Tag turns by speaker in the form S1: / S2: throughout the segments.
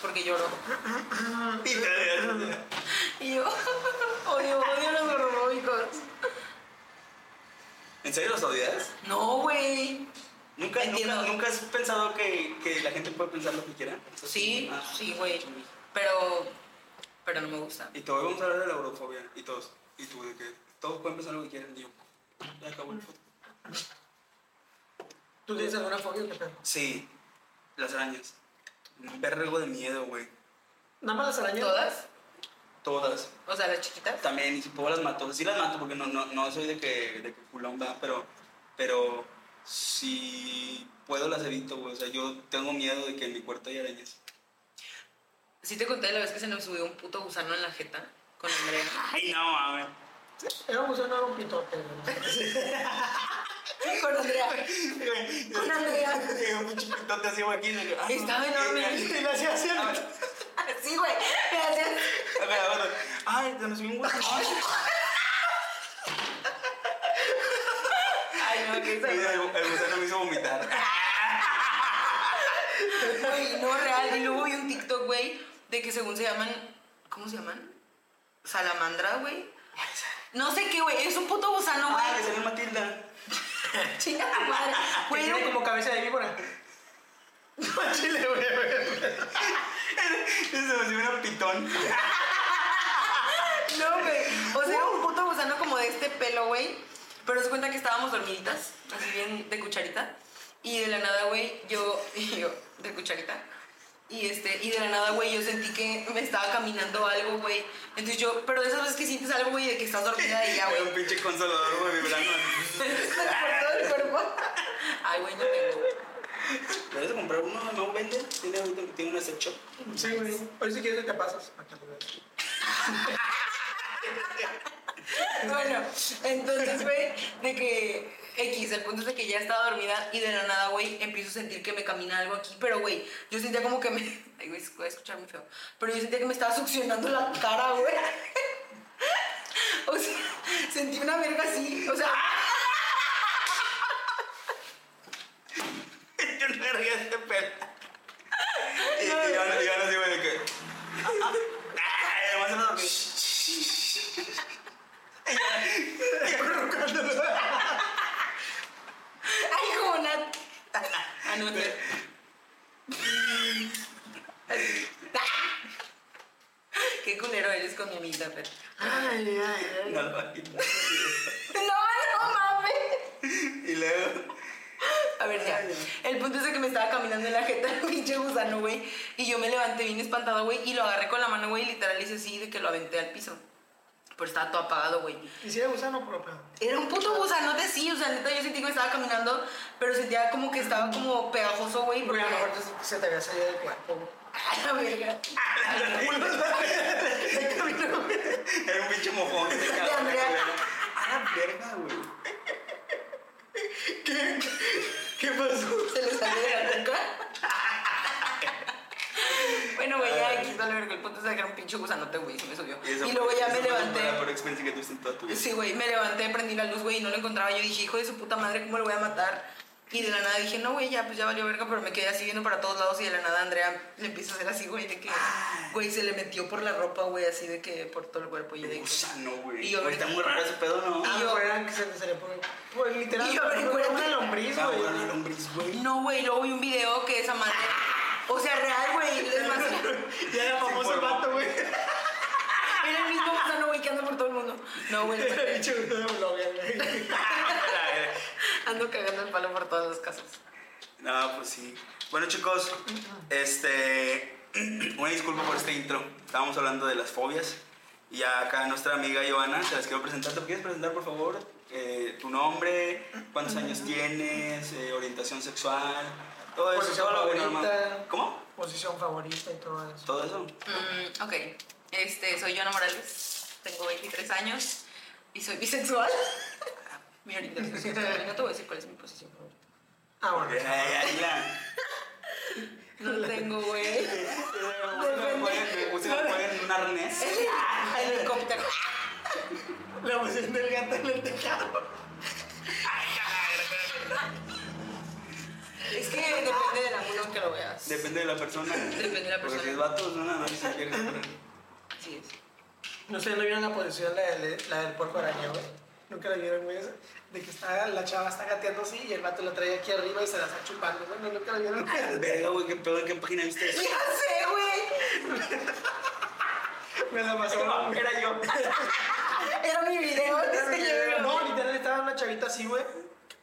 S1: Pues, que lloro.
S2: Y te-
S1: Y yo odio, odio a los gordofóbicos.
S2: ¿En serio los odias?
S1: No, güey.
S2: ¿Nunca,
S1: Entiendo.
S2: nunca, nunca has pensado que, que la gente puede pensar lo que quiera?
S1: Sí,
S2: Ah.
S1: sí, güey. Pero, pero no me gusta.
S2: Y todos vamos a hablar de la eurofobia. Y todos. Y tú, de que todos pueden pensar lo que quieran. Y yo, ya acabó el foto.
S3: ¿Tú tienes alguna fobia o qué pedo?
S2: Sí, las arañas. Un vergo de miedo, güey.
S3: Nada más las arañas.
S1: ¿Todas?
S2: Todas.
S1: O sea, las chiquitas.
S2: También, y si puedo las mato. Sí las mato porque no, no, no soy de que, de que culón va, pero, pero si puedo las evito, güey. O sea, yo tengo miedo de que en mi cuarto hay arañas.
S1: Sí te conté la vez que se nos subió un puto gusano en la jeta con Andrea.
S2: Ay, no, mames.
S3: Era un gusano, era un pitote. güey.
S1: con Andrea. Con Andrea.
S2: Llegó un chiquitote así, güey, aquí. y yo, ah, no,
S1: Estaba
S2: eh,
S1: enorme.
S2: Y le hacía así.
S1: A ver. Sí, güey. Gracias.
S2: A ver, a ver. Ay, se me subió un gusanón.
S1: Ay, no, qué
S2: Y El, el gusano me hizo vomitar.
S1: Güey, no, real. Y luego vi un TikTok, güey, de que según se llaman. ¿Cómo se llaman? Salamandra, güey. No sé qué, güey. Es un puto gusano,
S2: Ah, que
S1: güey.
S2: se ve Matilda.
S1: Chinga tu madre. Güey,
S3: Que
S1: era
S3: tiene
S1: un-
S3: como cabeza de víbora. No, chile, güey, güey.
S2: Se me subió un pitón.
S1: No, güey. O sea, era un puto gusano como de este pelo, güey. Pero se cuenta que estábamos dormiditas, así bien de cucharita. Y de la nada, güey, yo, y yo, de cucharita. Y este, y de la nada, güey, yo sentí que me estaba caminando algo, güey. Entonces yo, pero de esas veces que sientes algo, güey, de que estás dormida y ya,
S2: Era un
S1: güey.
S2: pinche consolador, güey, vibrando.
S1: Por todo el cuerpo. Ay, güey, no tengo.
S2: Debes de comprar uno, no vende. Tiene, ahorita- tiene una set shop.
S3: Sí, güey. Hoy si quieres que te pasas. para que lo veas.
S1: Bueno, entonces, güey, de que X, el punto es de que ya estaba dormida y de la nada, güey, empiezo a sentir que me camina algo aquí, pero, güey, yo sentía como que me... Ay, güey, se puede escuchar muy feo. Pero yo sentía que me estaba succionando la cara, güey. O sea, sentí una verga así, o sea... ¡ah!
S2: Yo no me reía de este pelo. Y, y van, y van así, güey, de que. ¡Ah! Y además era lo que.
S1: Ay, como una... Ah, no, espera. Así. ¡Ah! Qué culero eres con mi amiguita, pero...
S3: Ay, ay, ay.
S2: No, no.
S1: No, no mames.
S2: Y luego.
S1: A ver, ya. El punto es de que me estaba caminando en la jeta el pinche gusano, güey. Y yo me levanté bien espantada, güey. Y lo agarré con la mano, güey. Y literal hice así de que lo aventé al piso. Pero estaba todo apagado, güey.
S3: ¿Y si era gusano propio?
S1: Era un puto gusano de sí. O sea, neta, yo sentí que me estaba caminando. Pero sentía como que estaba como pegajoso, güey.
S3: Porque
S1: Porque...
S3: a lo mejor te- se te había salido del cuerpo. güey.
S1: A la verga.
S3: De camino, güey.
S2: Era un pinche mojón. De
S1: De Andrea.
S2: Ah, verga, güey.
S3: ¿Qué? ¿Qué pasó?
S1: Se le salió de la boca. Bueno, güey, ya aquí la verga. El punto es de que era un pinche gusanote, güey. Se me subió.
S2: Y, eso
S1: Y luego ya
S2: fue-
S1: me
S2: esa fue la
S1: levanté.
S2: mala peor experiencia que tuviste en toda tu vida.
S1: Sí, güey, me levanté, prendí la luz, güey, y no lo encontraba. Yo dije, hijo de su puta madre, ¿cómo lo voy a matar? Y de la nada dije, no, güey, ya, pues ya valió verga, pero me quedé así viendo para todos lados y de la nada Andrea le empieza a hacer así, güey, de que, güey, se le metió por la ropa, güey, así de que por todo el cuerpo. Y yo de
S2: Un
S1: que...
S2: Gusano,
S1: Y
S2: güey.
S1: yo-
S2: Güey, Está muy raro ese pedo, ¿no?
S3: Ah,
S1: Y yo-
S3: no, era que se te salió por el Pues literal,
S1: Y yo
S3: fue
S1: recuerdo-
S3: una lombriz,
S2: Ah, bueno,
S3: güey.
S2: el lombriz, güey.
S1: No, güey, luego vi un video que esa madre... O sea, real, güey, es más,
S3: Ya era famoso el
S2: formó.
S3: vato, güey.
S1: era el mismo gusano, güey, que anda por todo el mundo. No, güey,
S3: Era el bicho de Bolivia, güey.
S1: ando cagando el palo por todas las casas.
S2: No, pues sí. Bueno, chicos, este. Una disculpa por este intro. Estábamos hablando de las fobias. Y ya acá nuestra amiga Giovanna, se las quiero presentar. ¿Te quieres presentar, por favor? Eh, tu nombre, cuántos años tienes, Eh, orientación sexual, todo
S1: Pues
S2: eso.
S3: Posición
S2: todo lo que
S3: favorita.
S2: normal. ¿Cómo?
S3: Posición favorita y todo eso.
S2: Todo eso.
S1: Mm, ok, este, soy Joana Morales, tengo 23 años y soy bisexual. mi orientación sexual, no te voy a decir cuál es mi posición favorita.
S3: Ah,
S2: Porque,
S3: bueno.
S2: ay, ay, la-
S1: No tengo, güey.
S2: Me ponen- me gusta que me ponen un arnés.
S1: El helicóptero.
S3: La posición del gato en el tejado.
S1: Es que depende del ángulo en que lo veas.
S2: Depende de la persona.
S1: Depende de la
S2: Porque si
S1: persona.
S2: es vato, no nada más si quieres.
S1: Así es.
S3: No sé, ¿no vieron la posición la del, la del puerco araña, güey? Nunca la vieron, güey. esa? De que está, la chava está gateando así y el vato la trae aquí arriba y se la está chupando, güey. No, nunca la vieron.
S2: Verga, güey, qué pedo, ¿en qué página viste
S1: Ya
S2: eso?
S1: sé, güey.
S3: Me la pasaron.
S2: Era yo.
S1: Era mi video. dice yo.
S3: No, literal estaba una chavita así, güey.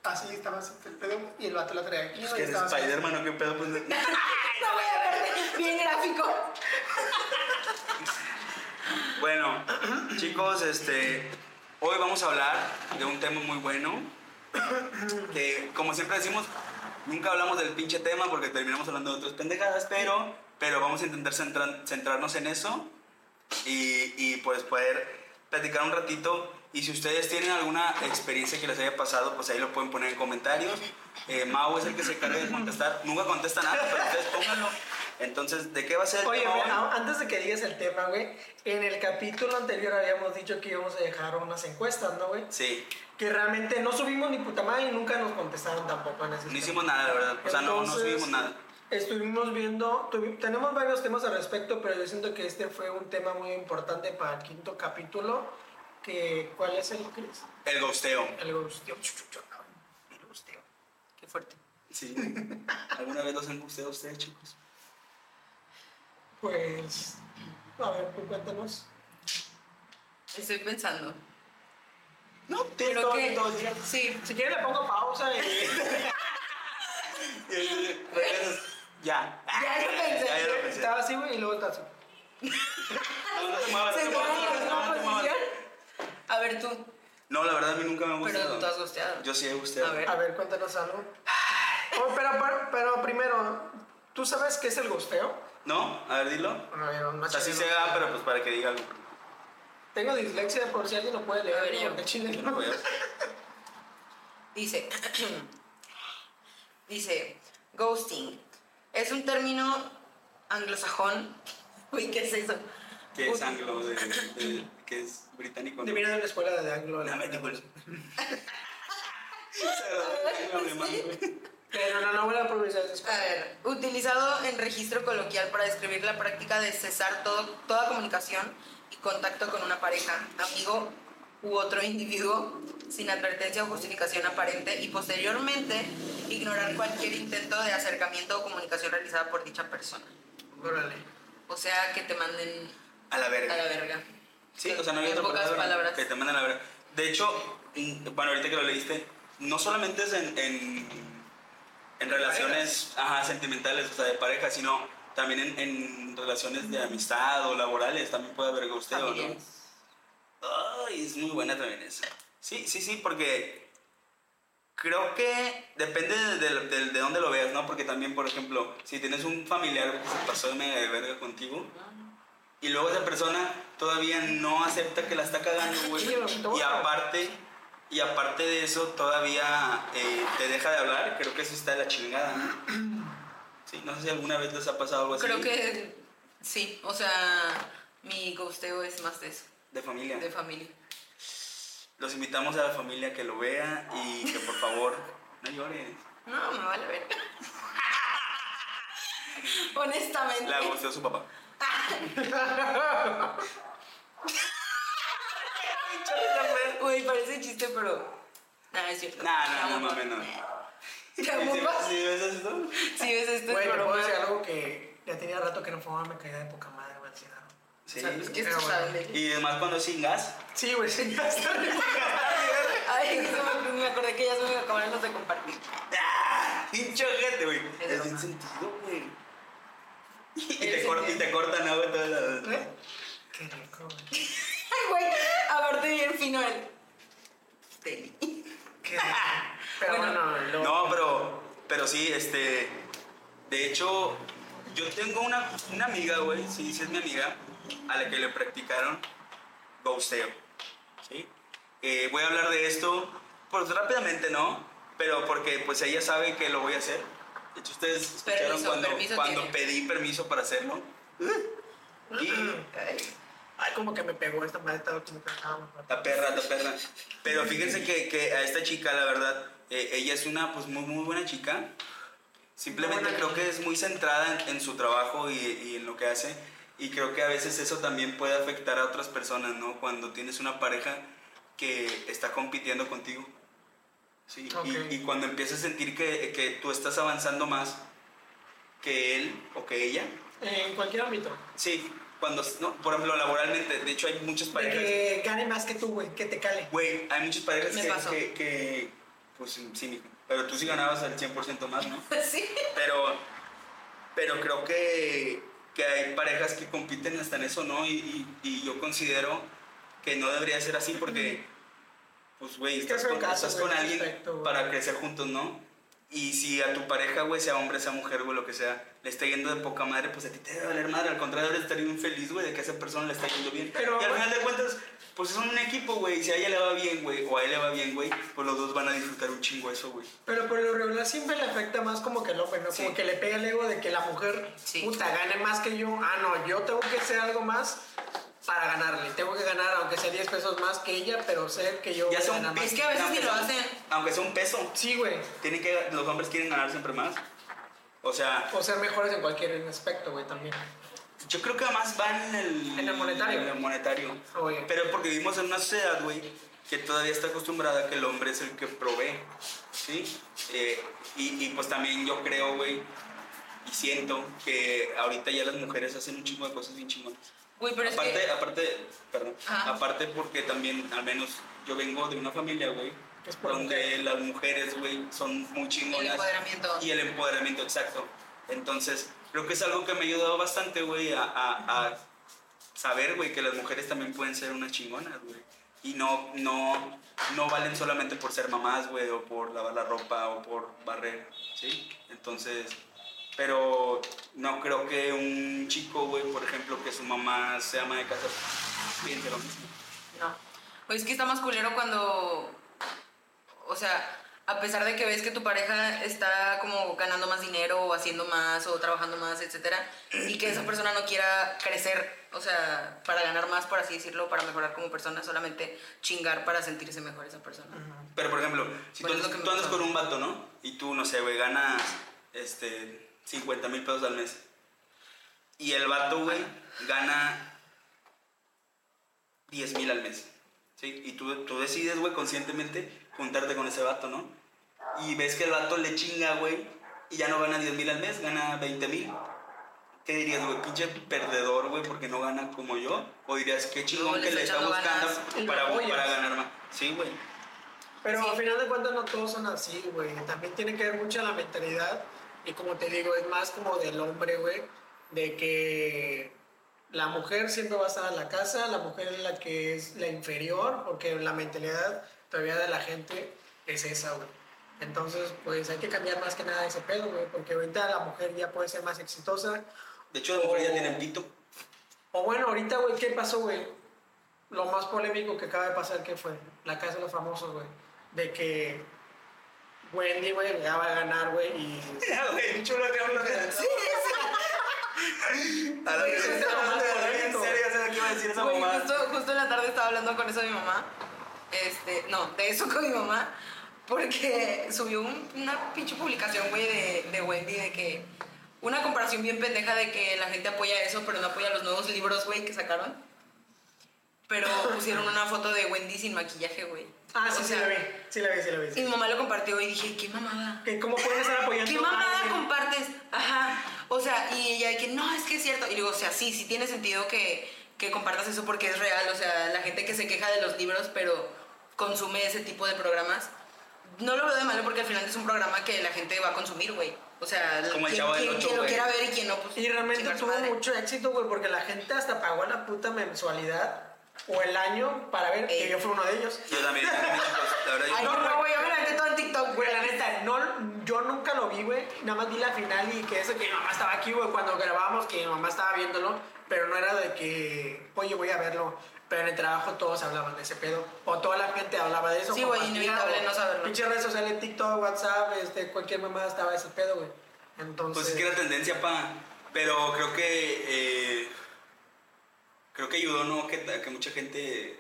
S3: Así estaba así, el pedo, y el vato la traía aquí,
S2: Es
S3: güey.
S2: Pues que eres
S3: estaba así.
S2: Spider-Man, ¿o qué pedo? Pues,
S1: No voy a ver. Bien gráfico.
S2: Bueno, chicos, este, hoy vamos a hablar de un tema muy bueno. Que, como siempre decimos, nunca hablamos del pinche tema porque terminamos hablando de otras pendejadas, pero, pero vamos a intentar centra- centrarnos en eso y, y, pues poder platicar un ratito. Y si ustedes tienen alguna experiencia que les haya pasado, pues ahí lo pueden poner en comentarios. Eh, Mau es el que se encarga de contestar. Nunca contesta nada, pero ustedes pónganlo. Entonces, ¿de qué va a ser el
S3: Oye,
S2: tema
S3: güey,
S2: hoy?
S3: a- antes de que digas el tema, güey, en el capítulo anterior habíamos dicho que íbamos a dejar unas encuestas, ¿no, güey?
S2: Sí.
S3: Que realmente no subimos ni puta madre y nunca nos contestaron tampoco en ese
S2: No hicimos nada, la verdad. O sea, no, no
S3: Entonces,
S2: subimos nada.
S3: Estuvimos viendo, tuvi- tenemos varios temas al respecto, pero yo siento que este fue un tema muy importante para el quinto capítulo, que ¿cuál es el Chris?
S2: El ghosteo.
S3: El gusteo. El gusteo.
S1: Qué fuerte.
S2: Sí. ¿Alguna vez los han gusteado ustedes, chicos?
S3: Pues, a ver, tú cuéntanos.
S1: Estoy pensando.
S2: No,
S1: Creo
S2: todo-
S1: que.
S2: todo el día.
S1: Sí.
S3: Si quieres le pongo pausa y...
S2: Regresas. Ya.
S1: Ya lo Ah, pensé.
S2: Ya, ya lo pensé.
S3: Estaba así, güey, y luego estaba así.
S2: No, no te muevas, no
S1: ¿Se
S2: te
S1: queda
S2: muevas,
S1: en la
S2: no,
S1: misma
S2: no te muevas.
S1: posición? A ver tú.
S2: No, la verdad a mí nunca me ha
S1: Pero
S2: gustado.
S1: tú has gosteado.
S2: Yo sí he gusteado.
S1: A ver.
S3: A ver, cuéntanos algo. Oh, pero, pero, pero primero, ¿tú sabes qué es el gosteo?
S2: ¿No? A ver, dilo.
S3: No, yo no, no
S2: O sea,
S3: sé,
S2: sí
S3: no.
S2: se da, pero pues para que diga algo.
S3: Tengo dislexia por si alguien lo puede
S1: A ver,
S3: leer.
S1: yo.
S3: porque chile
S2: Yo
S3: no.
S2: no veo.
S1: Dice, dice, ghosting es un término anglosajón. Uy, ¿qué es eso?
S2: Que es
S1: Ut-
S2: anglo, de, de- que es británico.
S3: Te viene de la escuela de anglo.
S2: No,
S3: la-
S2: me dijo el- Se da, alemán, güey.
S3: Pero no, no voy a improvisar esa
S1: A
S3: escuela.
S1: ver, utilizado en registro coloquial para describir la práctica de cesar todo, toda comunicación y contacto con una pareja, amigo u otro individuo sin advertencia o justificación aparente y posteriormente ignorar cualquier intento de acercamiento o comunicación realizada por dicha persona.
S3: Órale.
S1: O sea, que te manden
S2: A la verga.
S1: a la verga.
S2: Sí, o sea, no
S1: En
S2: hay otra
S1: pocas
S2: palabra
S1: palabras.
S2: que te mandan a la verga. De hecho, mm, bueno, ahorita que lo leíste, no solamente es en, en, en relaciones ajá, sentimentales, o sea, de pareja, sino también en, en relaciones de amistad o laborales, también puede haber gosteo, ¿no?
S1: Familiares.
S2: Ay, es muy buena también esa. Sí, sí, sí, porque creo que depende de, de, de- de dónde lo veas, ¿no? Porque también, por ejemplo, si tienes un familiar que se pasó de media de verga contigo y luego esa persona todavía no acepta que la está cagando, güey.
S3: Sí, lo que te voy
S2: Y
S3: a-
S2: aparte, y aparte de eso, todavía eh, te deja de hablar, creo que eso está de la chingada, ¿no? Sí, no sé si alguna vez les ha pasado algo así.
S1: Creo que sí, o sea, mi ghosteo es más de eso,
S2: De familia.
S1: de familia.
S2: Los invitamos a la familia que lo vea y que por favor no llores.
S1: No, me vale ver. Honestamente.
S2: La gusteó su papá.
S1: Güey, parece chiste, pero. Nada, es cierto.
S2: Nah, nah,
S1: Te
S2: no
S1: amo,
S2: mames, no.
S1: pa. Te amo, pa.
S2: ¿Sí ves esto?
S1: Si ves esto, es
S3: Bueno,
S1: broma.
S3: puedo decir algo que ya tenía rato que no fumaba, me caía de poca madre, güey, el cigarro.
S1: O sea, es que
S2: Sí.
S1: esto
S3: Pero bueno.
S1: saben de-
S2: Y además cuando es sin gas.
S3: Sí, güey, sí, ya está.
S1: Ay, eso me, me acordé que ya se me acabaron los de compartir.
S2: ¡Ah! Pinche ojete, güey.
S1: Es
S2: Es sin
S1: broma.
S2: sentido, güey. Y
S1: Es
S2: te, cor- y
S1: sentido.
S2: te cortan agua todas las.
S3: ¿Eh? Qué rico, güey.
S1: Ay, güey, aparte bien fino el. Deli.
S3: Qué rico. Pero
S1: Bueno.
S3: bueno, lo-
S2: No, pero, pero sí, este. De hecho, yo tengo una, una amiga, güey, sí, sí es mi amiga, a la que le practicaron ghosteo. ¿Sí? Eh, voy a hablar de esto, pues rápidamente no, pero porque pues ella sabe que lo voy a hacer. De hecho, ustedes escucharon
S1: Permiso,
S2: cuando,
S1: permiso
S2: cuando
S1: tiene.
S2: pedí permiso para hacerlo. Y
S1: Ay.
S3: Ay, como que me pegó esta madre, estaba como que estaba muy fuerte.
S2: La perra, la perra. Pero fíjense que, que a esta chica, la verdad, eh, ella es una pues muy, muy buena chica. Simplemente
S1: Buena
S2: creo
S1: actitud.
S2: que es muy centrada en, en su trabajo y, y en lo que hace. Y creo que a veces eso también puede afectar a otras personas, ¿no? Cuando tienes una pareja que está compitiendo contigo. Sí, y-
S3: Ok.
S2: y, cuando empiezas a sentir que, que tú estás avanzando más que él o que ella.
S3: En cualquier ámbito.
S2: Sí, cuando, ¿no? Por ejemplo, laboralmente. De hecho, hay muchas
S3: De
S2: parejas.
S3: que gane más que tú, güey, que te cale.
S2: Güey, hay muchas parejas
S1: Me
S2: que,
S1: pasó.
S2: que, que, pues sí, mijo. pero tú sí ganabas al 100% más, ¿no?
S1: Sí.
S2: Pero, pero creo que, que hay parejas que compiten hasta en eso, ¿no? Y, y- y yo considero que no debería ser así porque, pues, güey,
S3: Es que
S2: estás,
S3: es el
S2: con,
S3: caso,
S2: estás
S3: güey,
S2: con alguien
S3: perfecto, güey.
S2: para crecer juntos, ¿no? Y si a tu pareja, güey, sea hombre, sea mujer, güey, lo que sea, le está yendo de poca madre, pues a ti te debe valer madre. Al contrario, debes estar bien feliz, güey, de que a esa persona le está yendo bien.
S3: Pero,
S2: y al
S3: güey-
S2: final de cuentas, pues es un equipo, güey. Y si a ella le va bien, güey, o a él le va bien, güey, pues los dos van a disfrutar un chingo eso, güey.
S3: Pero por lo regular siempre le afecta más como que el hombre, ¿no?
S2: Sí.
S3: Como que le pega el ego de que la mujer,
S1: Sí.
S3: puta, gane más que yo. Ah, no, yo tengo que hacer algo más para ganarle. Tengo que ganar, aunque sea 10 pesos más que ella, pero sé que
S2: Ya
S3: yo voy a
S2: sea
S3: ganar
S2: un
S3: más.
S2: peso.
S1: Es que a veces
S2: aunque
S1: ni lo
S2: sea-
S1: hacen.
S2: Aunque sea un peso.
S3: Sí, güey.
S2: Tienen que, los hombres quieren ganar siempre más. O sea,
S3: O ser mejores en cualquier aspecto, güey, también.
S2: yo creo que además van en el...
S3: En el monetario.
S2: En el monetario.
S3: Oye.
S2: Pero porque vivimos en una sociedad, güey, que todavía está acostumbrada a que el hombre es el que provee. ¿Sí? Eh, y, y pues también yo creo, güey, y siento que ahorita ya las mujeres hacen un chingo de cosas bien chingonas.
S1: Güey, pero
S2: aparte,
S1: es que.
S2: aparte, perdón,
S1: Ajá.
S2: aparte porque también, al menos yo vengo de una familia, güey,
S3: Que es por
S2: donde
S3: mujer.
S2: las mujeres, güey, son muy chingonas.
S1: El empoderamiento.
S2: Y el empoderamiento, exacto. Entonces, creo que es algo que me ha ayudado bastante, güey, a, a- a saber, güey, que las mujeres también pueden ser unas chingonas, güey. Y no, no, no valen solamente por ser mamás, güey, o por lavar la ropa, o por barrer, ¿sí? Entonces, pero no creo que un chico, güey, por ejemplo, que su mamá sea ama de casa, piense lo mismo.
S1: No. Pues es que está más culero cuando. O sea, a pesar de que ves que tu pareja está como ganando más dinero o haciendo más o trabajando más, etcétera, y que esa persona no quiera crecer, o sea, para ganar más, por así decirlo, para mejorar como persona, solamente chingar para sentirse mejor esa persona.
S2: Pero por ejemplo, si
S1: Bueno, es
S2: tú,
S1: lo que
S2: andas,
S1: me
S2: tú andas
S1: pasó.
S2: con un vato, ¿no? Y tú, no sé, güey, ganas este, 50 mil pesos al mes. Y el vato, güey, gana 10 mil al mes. ¿Sí? Y tú, tú decides, güey, conscientemente juntarte con ese vato, ¿no? Y ves que el vato le chinga, güey, y ya no gana 10 mil al mes, gana 20 mil. ¿Qué dirías, güey? Pinche perdedor, güey, porque no gana como yo. O dirías, qué chingón
S1: le
S2: que le
S1: está echando
S2: está buscando
S1: ganas.
S3: Y lo
S2: para,
S3: apoyas.
S2: para ganar más. Sí, güey.
S3: Pero
S1: Sí.
S3: al final de cuentas no todos son así, güey. También tiene que ver mucho la mentalidad. Y como te digo, es más como del hombre, güey. De que la mujer siempre va a estar en la casa, la mujer es la que es la inferior, porque la mentalidad todavía de la gente es esa, güey. Entonces, pues hay que cambiar más que nada ese pedo, güey. Porque ahorita la mujer ya puede ser más exitosa.
S2: De hecho, las mujeres ya
S3: Oh.
S2: tienen pito.
S3: O bueno, ahorita, güey, ¿qué pasó, güey? Lo más polémico que acaba de pasar, ¿qué fue? La casa de los famosos, güey. De que Wendy, güey, ya va a ganar, güey, y...
S2: güey, chulo que hablo de
S3: Sí,
S2: A la
S1: Güey,
S2: vez,
S1: eso
S2: en
S1: está más
S3: polémico.
S2: serio, ya sabía que iba a decir esa
S1: Güey,
S2: mamada.
S1: justo, justo en la tarde estaba hablando con eso de mi mamá. Este, no, de eso con mi mamá. Porque subió un- una pinche publicación, güey, de, de Wendy, de que. Una comparación bien pendeja de que la gente apoya eso, pero no apoya los nuevos libros, güey, que sacaron. Pero pusieron una foto de Wendy sin maquillaje, güey.
S3: Ah, sí,
S1: O
S3: sí
S1: sea,
S3: la vi, sí la vi, sí la vi.
S1: Y
S3: sí.
S1: mi mamá lo compartió y dije, qué mamada.
S3: Que ¿Cómo pueden estar apoyando
S1: ¿Qué
S3: a
S1: mamada
S3: alguien?
S1: compartes? Ajá. O sea, y ella de que no, es que es cierto. Y digo, o sea, sí, sí tiene sentido que, que compartas eso porque es real. O sea, la gente que se queja de los libros, pero consume ese tipo de programas. No lo veo de malo porque al final es un programa que la gente va a consumir, güey. O sea,
S2: Como el
S1: quien,
S2: Chavo del
S1: quien-
S2: Ocho,
S1: quien lo
S2: güey.
S1: quiera ver y quien no, pues.
S3: Y realmente
S1: chingar su
S3: tuvo
S1: madre.
S3: mucho éxito, güey, porque la gente hasta pagó la puta mensualidad o el año para ver
S1: Ey.
S3: que yo fui uno de ellos.
S2: Yo también, yo también, chicos, la verdad, yo
S1: Ay,
S2: también.
S1: no, güey, yo me la aventé todo en TikTok, güey.
S3: Güey, la neta, no, yo nunca lo vi, güey. Nada más vi la final y que eso que mi mamá estaba aquí, güey, cuando grabábamos, que mi mamá estaba viéndolo, pero no era de que, oye, voy a verlo. Pero en el trabajo todos hablaban de ese pedo. O toda la gente hablaba de eso.
S1: Sí, güey,
S3: compartía,
S1: inevitable
S3: o
S1: no saberlo.
S3: Pinches redes sociales, TikTok, WhatsApp, este, cualquier mamá estaba ese pedo, güey. Entonces.
S2: Pues es que era tendencia, pa. Pero creo que. eh, creo que ayudó, ¿no? Que, que mucha gente.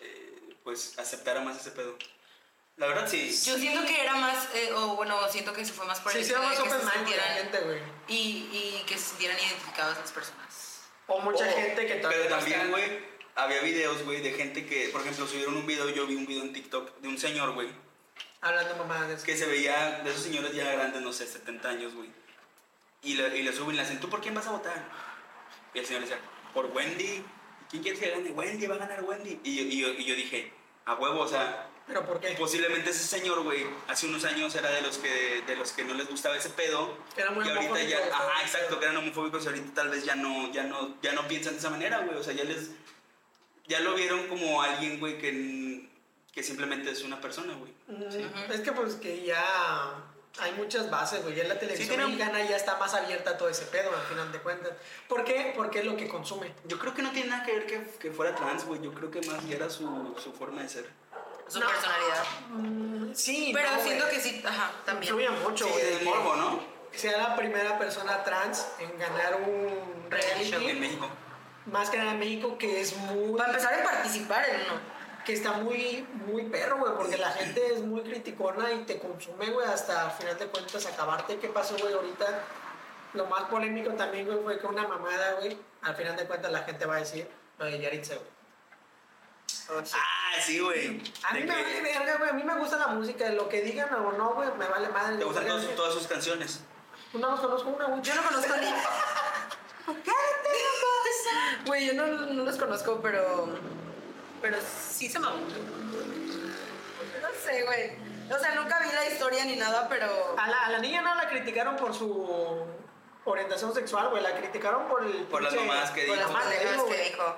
S2: eh, pues aceptara más ese pedo. La verdad, sí.
S1: Yo siento que era más, eh, o bueno, siento que se fue más por el
S3: Sí, sí,
S1: hecho de
S3: más
S1: que
S3: open
S1: se
S3: mind güey, la
S1: sintieran
S3: gente, güey.
S1: y, y que se sintieran identificadas las personas.
S3: O mucha
S2: O-
S3: gente que
S2: Oh,
S3: todavía
S2: Pero
S3: no está-
S2: también, güey, había videos, güey, de gente que, por ejemplo, subieron un video, yo vi un video en TikTok de un señor, güey,
S3: Hablando mamadas.
S2: que se veía de esos señores ya grandes, no sé, 70 años, güey. Y le, y le suben, le hacen, ¿tú por quién vas a votar? Y el señor decía, por Wendy. ¿Quién quiere que gane? Wendy, va a ganar Wendy. Y yo, y yo, y yo dije, a huevo, o sea,
S3: ¿Pero por qué?
S2: posiblemente ese señor, güey, hace unos años era de los que, de los que no les gustaba ese pedo.
S3: Que era muy
S2: y ahorita
S3: homofóbico,
S2: ya,
S3: estaba
S2: ajá,
S3: muy
S2: exacto,
S3: feo.
S2: que eran homofóbicos y ahorita tal vez ya no, ya no, ya no piensan de esa manera, güey. O sea, ya les, ya lo vieron como alguien, güey, que, n- que simplemente es una persona, güey.
S3: Mm,
S1: Ujú.
S3: Es que pues que ya hay muchas bases, güey. Ya la televisión
S2: tiene-
S3: mexicana ya está más abierta a todo ese pedo, al final de cuentas. ¿Por qué? Porque es lo que consume.
S2: Yo creo que no tiene nada que ver que, que fuera trans, güey. Yo creo que más ya era su, su forma de ser.
S1: Su
S3: No.
S1: personalidad.
S3: Mm, sí,
S1: Pero
S3: no,
S1: siento
S3: güey.
S1: que sí, ajá, también.
S3: Influye mucho,
S2: Sí,
S3: güey.
S2: del
S3: de que
S2: morbo, ¿no?
S3: Sea la primera persona trans en ganar un reality.
S1: show.
S2: En México.
S3: Más que nada en México, que es muy.
S1: Para empezar a participar en uno.
S3: que está muy, muy perro, güey, porque la gente es muy criticona y te consume, güey, hasta al final de cuentas acabarte. ¿Qué pasó, güey, ahorita? Lo más polémico también, güey, fue que una mamada, güey, al final de cuentas la gente va a decir, lo de Yaritza, güey. O sea,
S2: Ah, sí, güey.
S3: a
S2: De
S3: mí me
S2: que-
S3: vale verga, güey, a mí me gusta la música, lo que digan o no, güey, me vale madre.
S2: Te gustan
S3: Porque
S2: todas, todas sus canciones.
S3: No los conozco una, güey.
S1: Yo no conozco ni. Güey, yo no, no los conozco, pero. Pero sí se me No sé, güey. O sea, nunca vi la historia ni nada, pero.
S2: Ah,
S3: A la, a la niña no la criticaron por su orientación sexual, güey, la criticaron por el...
S2: Por las
S3: pinche-
S2: mamadas que
S3: por
S1: Por
S3: las
S1: las
S2: dijo.
S3: mamadas que
S1: pendejadas
S3: dijo,
S1: que
S3: güey.
S1: dijo.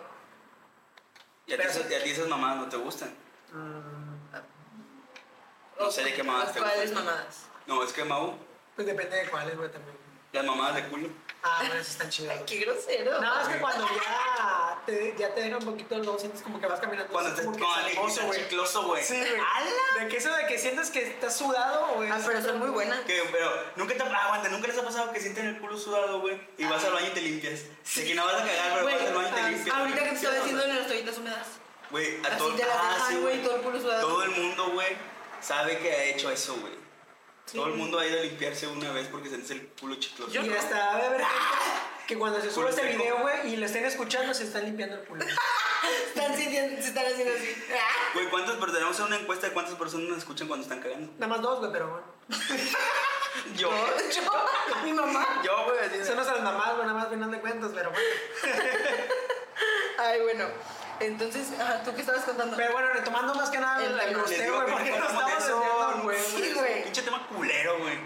S2: Y a, ti,
S3: Pero-
S2: esas- y a ti esas mamás no te gustan.
S3: Mm.
S2: No sé de qué mamadas te
S1: ¿Cuáles
S2: gustan.
S1: mamadas?
S2: No, es que Mau,
S3: Pues depende de cuáles, güey, también.
S2: las mamadas de culo.
S3: Ah, bueno, eso están chidas. güey.
S1: Qué grosero.
S3: Nada más que cuando ya te, ya te deja un poquito el sientes como que vas caminando.
S2: Cuando
S3: así
S2: te
S3: como que
S2: con el
S3: salgoso, güey.
S2: chicloso, güey.
S3: Sí, güey. De que eso de que sientes que estás sudado, güey.
S1: Ah, pero son muy buenas.
S2: Que, pero nunca te ah, aguanta, nunca les ha pasado que sienten el culo sudado, güey, y vas al baño y te limpias. De que no vas a cagar, pero
S3: Güey,
S2: vas al baño y te
S3: ah,
S2: limpias.
S1: Ahorita que te
S2: güey.
S1: estaba diciendo en las toallitas húmedas.
S2: Güey, a todo
S1: Así te las
S2: ah, sí,
S1: dejan, güey, todo el culo sudado.
S2: Todo el mundo, güey, sabe que ha hecho eso, güey.
S3: Sí.
S2: Todo el mundo ha ido a limpiarse una vez porque sientes el culo chicloso.
S3: Y hasta va a haber gente que cuando se sube
S2: Culo
S3: este
S2: seco.
S3: video, güey, y lo estén escuchando, se están limpiando el culo.
S1: Están sintiendo, se están haciendo así.
S2: Güey, ¿cuántos, pero tenemos una encuesta de cuántas personas nos escuchan cuando están cagando?
S3: Nada más dos, güey, pero bueno.
S2: Yo.
S1: Yo, mi mamá.
S2: Yo, güey, así de-
S3: Son nuestras mamás, güey, nada más final de cuentas, pero bueno.
S1: Ay, bueno. Entonces, ajá, ¿tú qué estabas contando?
S3: Pero bueno, retomando más que nada
S1: El-
S3: el, el
S1: les
S2: Les
S3: grosero,
S2: digo
S3: güey,
S2: que
S3: porque
S2: no
S3: nos estamos
S2: hablamos de eso,
S3: desviando, güey.
S1: Sí, güey.
S2: Pinche tema culero, güey.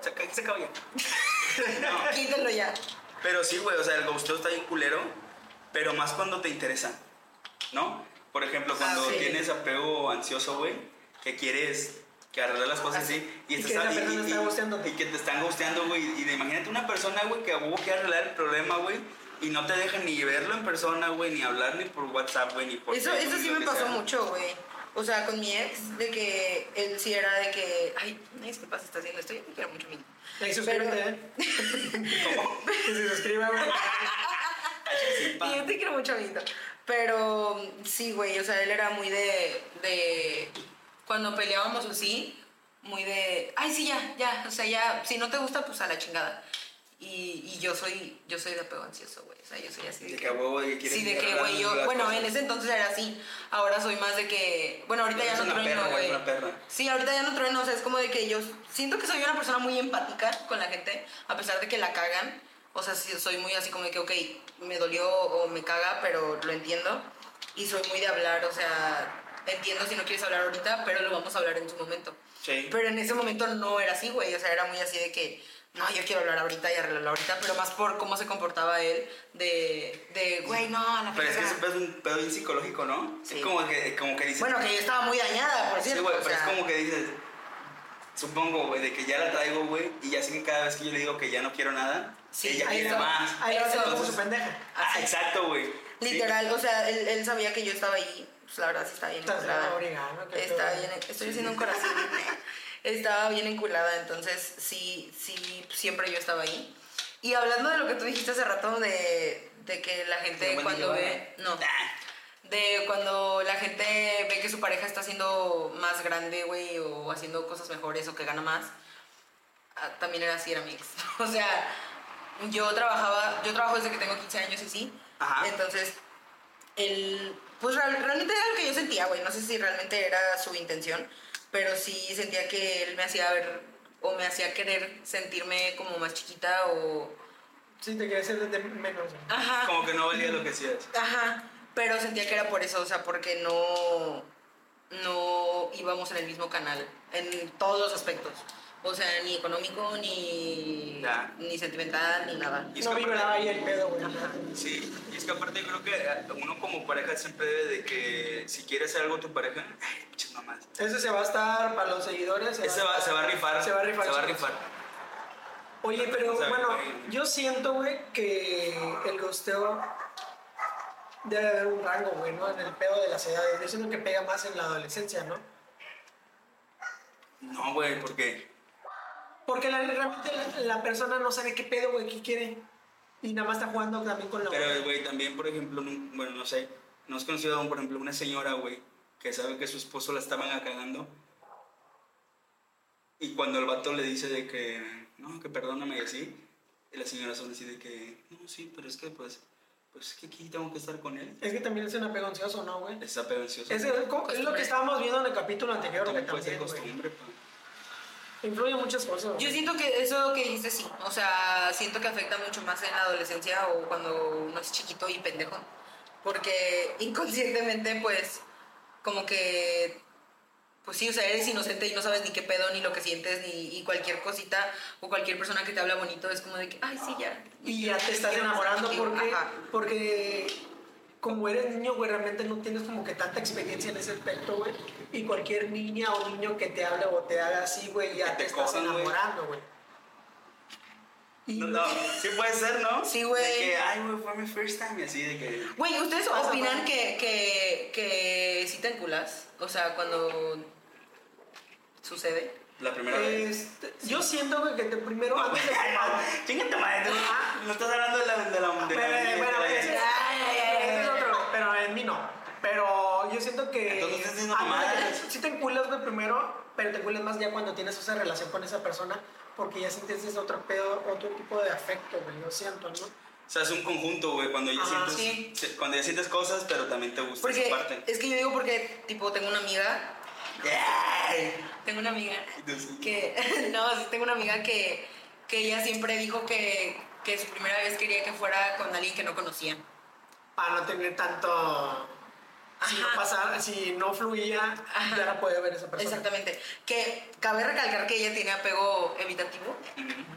S2: Se acaba, se acaba ya. No,
S1: Quítenlo ya.
S2: Pero sí, güey, o sea, el ghosteo está bien culero, pero más cuando te interesa, ¿no? Por ejemplo, cuando
S1: Ah, sí.
S2: tienes apego ansioso, güey, que quieres que arreglar las cosas así,
S1: Ah,
S2: y,
S3: Y que
S2: estás-
S3: esa
S2: y-
S3: persona
S2: y-
S3: está
S2: y-
S3: ghosteándote.
S2: y que te están gusteando, güey, y de- imagínate una persona, güey, que a huevo quiere arreglar el problema, güey, y no te deja ni verlo en persona, güey, ni hablar ni por WhatsApp, güey, ni por
S1: Eso,
S2: Facebook,
S1: eso sí
S2: ni lo
S1: me
S2: que
S1: pasó
S2: sea.
S1: mucho, güey. O sea, con mi ex, de que él sí era de que, ay, ay, es que pasa, está haciendo esto, yo te quiero mucho, mi.
S3: Ahí suscríbete, ¿eh?
S2: ¿Cómo?
S3: Que se suscriba, güey.
S2: Sí, pa.
S1: Y yo te quiero mucho, amiguito. Pero mm, sí, güey, o sea, él era muy de, de, cuando peleábamos o así, muy de, ay, sí, ya, ya, o sea, ya, si no te gusta, pues a la chingada. Y, y yo soy, yo soy de apego ansioso, güey, o sea, yo soy así.
S2: De que a huevo, de que quieres
S1: Sí, de que,
S2: arreglar
S1: güey, yo,
S2: las
S1: bueno,
S2: cosas.
S1: en ese entonces era así, ahora soy más de que, bueno, ahorita
S2: Pero
S1: ya
S2: eres
S1: no
S2: una perra,
S1: trueno,
S2: güey,
S1: güey.
S2: una perra.
S1: Sí, ahorita ya no trueno, o sea, es como de que yo siento que soy una persona muy empática con la gente, a pesar de que la cagan. O sea, sí, soy muy así como de que, ok, me dolió o me caga, pero lo entiendo. Y soy muy de hablar, o sea, entiendo si no quieres hablar ahorita, pero lo vamos a hablar en su momento.
S2: Sí.
S1: Pero en ese momento no era así, güey, o sea, era muy así de que, no, yo quiero hablar ahorita y arreglarlo ahorita, pero más por cómo se comportaba él, de, de güey, no, a la
S2: Pero es que
S1: verga.
S2: eso es un pedo bien psicológico, ¿no?
S1: Sí.
S2: Es como que, como que dices.
S1: Bueno, que yo estaba muy dañada, por
S2: sí,
S1: cierto.
S2: güey,
S1: o
S2: pero es
S1: sea,
S2: como que dices. Supongo, güey, de que ya la traigo, güey, y ya sé que cada vez que yo le digo que ya no quiero nada,
S1: Sí,
S2: ella
S1: ahí
S2: quiere
S1: está.
S2: más.
S3: Ahí va a ser como
S2: Entonces-
S3: su pendeja.
S2: Ah,
S1: Así.
S2: exacto, güey. Sí.
S1: Literal, o sea, él, él sabía que yo estaba ahí. Pues la verdad sí está bien
S3: Estás
S1: enculada.
S3: origano, qué
S1: Estaba
S3: pedo.
S1: bien, estoy haciendo un corazón. estaba bien enculada, entonces sí, sí, siempre yo estaba ahí. Y hablando de lo que tú dijiste hace rato de, de que la gente
S2: Wendy
S1: cuando
S2: Guevara.
S1: ve. No. de cuando la gente ve que su pareja está siendo más grande, güey, o haciendo cosas mejores o que gana más, ah, también era así, era mi ex. O sea, yo trabajaba, yo trabajo desde que tengo 15 años y sí.
S2: Ajá.
S1: Entonces, el, pues real- realmente era lo que yo sentía, güey. No sé si realmente era su intención, pero sí sentía que él me hacía ver o me hacía querer sentirme como más chiquita o...
S3: Sí, te quería hacer de- de menos. güey.
S1: Ajá.
S2: Como que no valía lo que hacías.
S1: Ajá, pero sentía que era por eso, o sea, porque no, no íbamos en el mismo canal, en todos los aspectos. O sea, ni económico, ni,
S2: Ya.
S1: ni sentimental, ni nada.
S2: Y es
S3: No
S2: que
S3: vibraba
S2: aparte-
S3: ahí el pedo, güey.
S2: Sí, y es que aparte yo creo que eh, uno como pareja siempre debe de que si quieres hacer algo tu pareja, ay, pinches mamás.
S3: Eso se va a estar para los seguidores.
S2: Ese va, se va a rifar.
S3: Se va a rifar.
S2: Se va a
S3: chicos.
S2: rifar.
S3: Oye, pero
S2: O sea,
S3: bueno,
S2: güey.
S3: yo siento, güey, que el gosteo debe haber un rango, güey, ¿no? En el pedo de las edades. Yo siento que pega más en la adolescencia, ¿no?
S2: No, güey, porque
S3: Porque la- realmente la, la persona no sabe qué pedo, güey, qué quiere. Y nada más está jugando también con la
S2: Pero, güey, también, por ejemplo, nu- bueno, no sé, no has conocido, por ejemplo, una señora, güey, que sabe que su esposo la estaban acagando. Y cuando el vato le dice de que, no, que perdóname y así, y las señoras son así de que, no, sí, pero es que, pues, pues es que aquí tengo que estar con él.
S3: Es que también es un apego ansioso, ¿no, güey?
S2: Es apego ansioso.
S3: Es, es co- es lo que estábamos viendo en el capítulo anterior,
S2: También
S3: güey,
S2: puede ser
S3: también,
S2: costumbre,
S3: güey.
S2: pa.
S3: Influye muchas cosas, güey.
S1: Yo siento que eso que dijiste sí, o sea, siento que afecta mucho más en la adolescencia o cuando uno es chiquito y pendejo, porque inconscientemente pues como que, pues sí, o sea, eres inocente y no sabes ni qué pedo, ni lo que sientes, ni y cualquier cosita o cualquier persona que te habla bonito es como de que, ay, sí, ya.
S3: Y ya te estás enamorando porque, porque como eres niño, güey, realmente no tienes como que tanta experiencia en ese aspecto, güey. Y cualquier niña o niño que te hable o te haga así, güey, ya
S2: Que
S3: te,
S2: te
S3: estás
S2: cojan, güey.
S3: enamorando, güey. Y-
S2: No, no, sí puede ser, ¿no?
S1: Sí, güey.
S2: De que, ay, güey, fue mi first time y así, de que.
S1: Güey, ¿ustedes
S3: Pasa,
S1: opinan
S3: pasa.
S1: que, que, que sí te enculas? O sea, cuando sucede.
S2: La primera vez.
S3: Este, Yo siento, güey, que te primero
S2: No,
S3: antes de que-
S2: Chingate madre, tú no- no estás hablando de la de la de la-
S3: Pero, eh,
S2: de
S3: bueno,
S2: la-
S3: ese- ese es otro, pero en mí no. Pero yo siento que.
S2: Entonces estás diciendo
S3: Ah,
S2: mamadas.
S3: Si te enculas güey, primero, pero te enculas más ya cuando tienes esa relación con esa persona, porque ya sientes ese otro pedo, otro tipo de afecto, güey. Yo siento, ¿no?
S2: O sea, es un conjunto, güey, cuando ya
S3: Ajá,
S2: sientes
S1: sí.
S2: se- cuando ya sientes cosas, pero también te gusta
S1: Porque
S2: esa parte.
S1: es que yo digo porque, tipo, tengo una amiga.
S2: Ay.
S1: Tengo una amiga
S2: Entonces,
S1: que. No, sí, tengo una amiga que, que ella siempre dijo que, que su primera vez quería que fuera con alguien que no conocía.
S3: Para no tener tanto. Si no
S1: Ajá.
S3: pasaba, si no fluía,
S1: Ajá.
S3: ya la puede ver esa persona.
S1: Exactamente. Que cabe recalcar que ella tiene apego evitativo.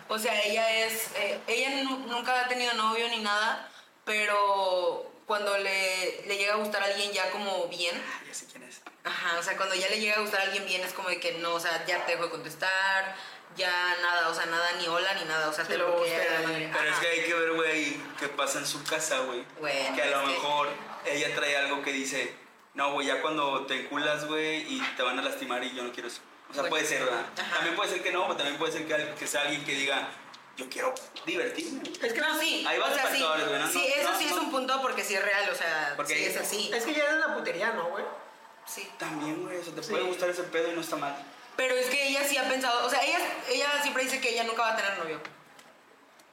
S1: O sea, ella es. eh, ella nu- nunca ha tenido novio ni nada, pero cuando le, le llega a gustar a alguien ya como bien.
S2: ah, ya sé quién es.
S1: Ajá, o sea, cuando ya le llega a gustar a alguien bien es como de que no, o sea, ya te dejo de contestar, ya nada, o sea, nada, ni hola, ni nada, o sea,
S3: Sí,
S1: te
S3: lo
S1: bloquea.
S3: busca
S1: la
S3: ahí.
S1: madre.
S2: Pero es
S1: Ajá.
S2: que hay que ver, güey, qué pasa en su casa, güey.
S1: Bueno,
S2: que a
S1: es
S2: lo
S1: que-
S2: mejor ella trae algo que dice, no, güey, ya cuando te enculas, güey, y te van a lastimar y yo no quiero eso. O sea,
S1: Bueno.
S2: puede ser, ¿verdad?
S1: Ajá.
S2: También puede ser que no, pero también puede ser que, al- que sea alguien que diga, yo quiero divertirme.
S3: Es que
S1: No, sí,
S2: Hay
S1: o
S2: varios
S1: sea, sí,
S2: factores, güey, ¿no?
S1: sí,
S2: No,
S1: eso
S2: no,
S1: sí es
S2: no.
S1: un punto porque sí es real, o sea,
S2: Porque
S1: sí
S2: ahí-
S1: es así,
S3: Es que ya es la putería, ¿no, güey?
S1: sí.
S2: También, güey, eso te
S3: Sí.
S2: puede gustar ese pedo y no está mal.
S1: Pero es que ella sí ha pensado, o sea, ella, ella siempre dice que ella nunca va a tener novio.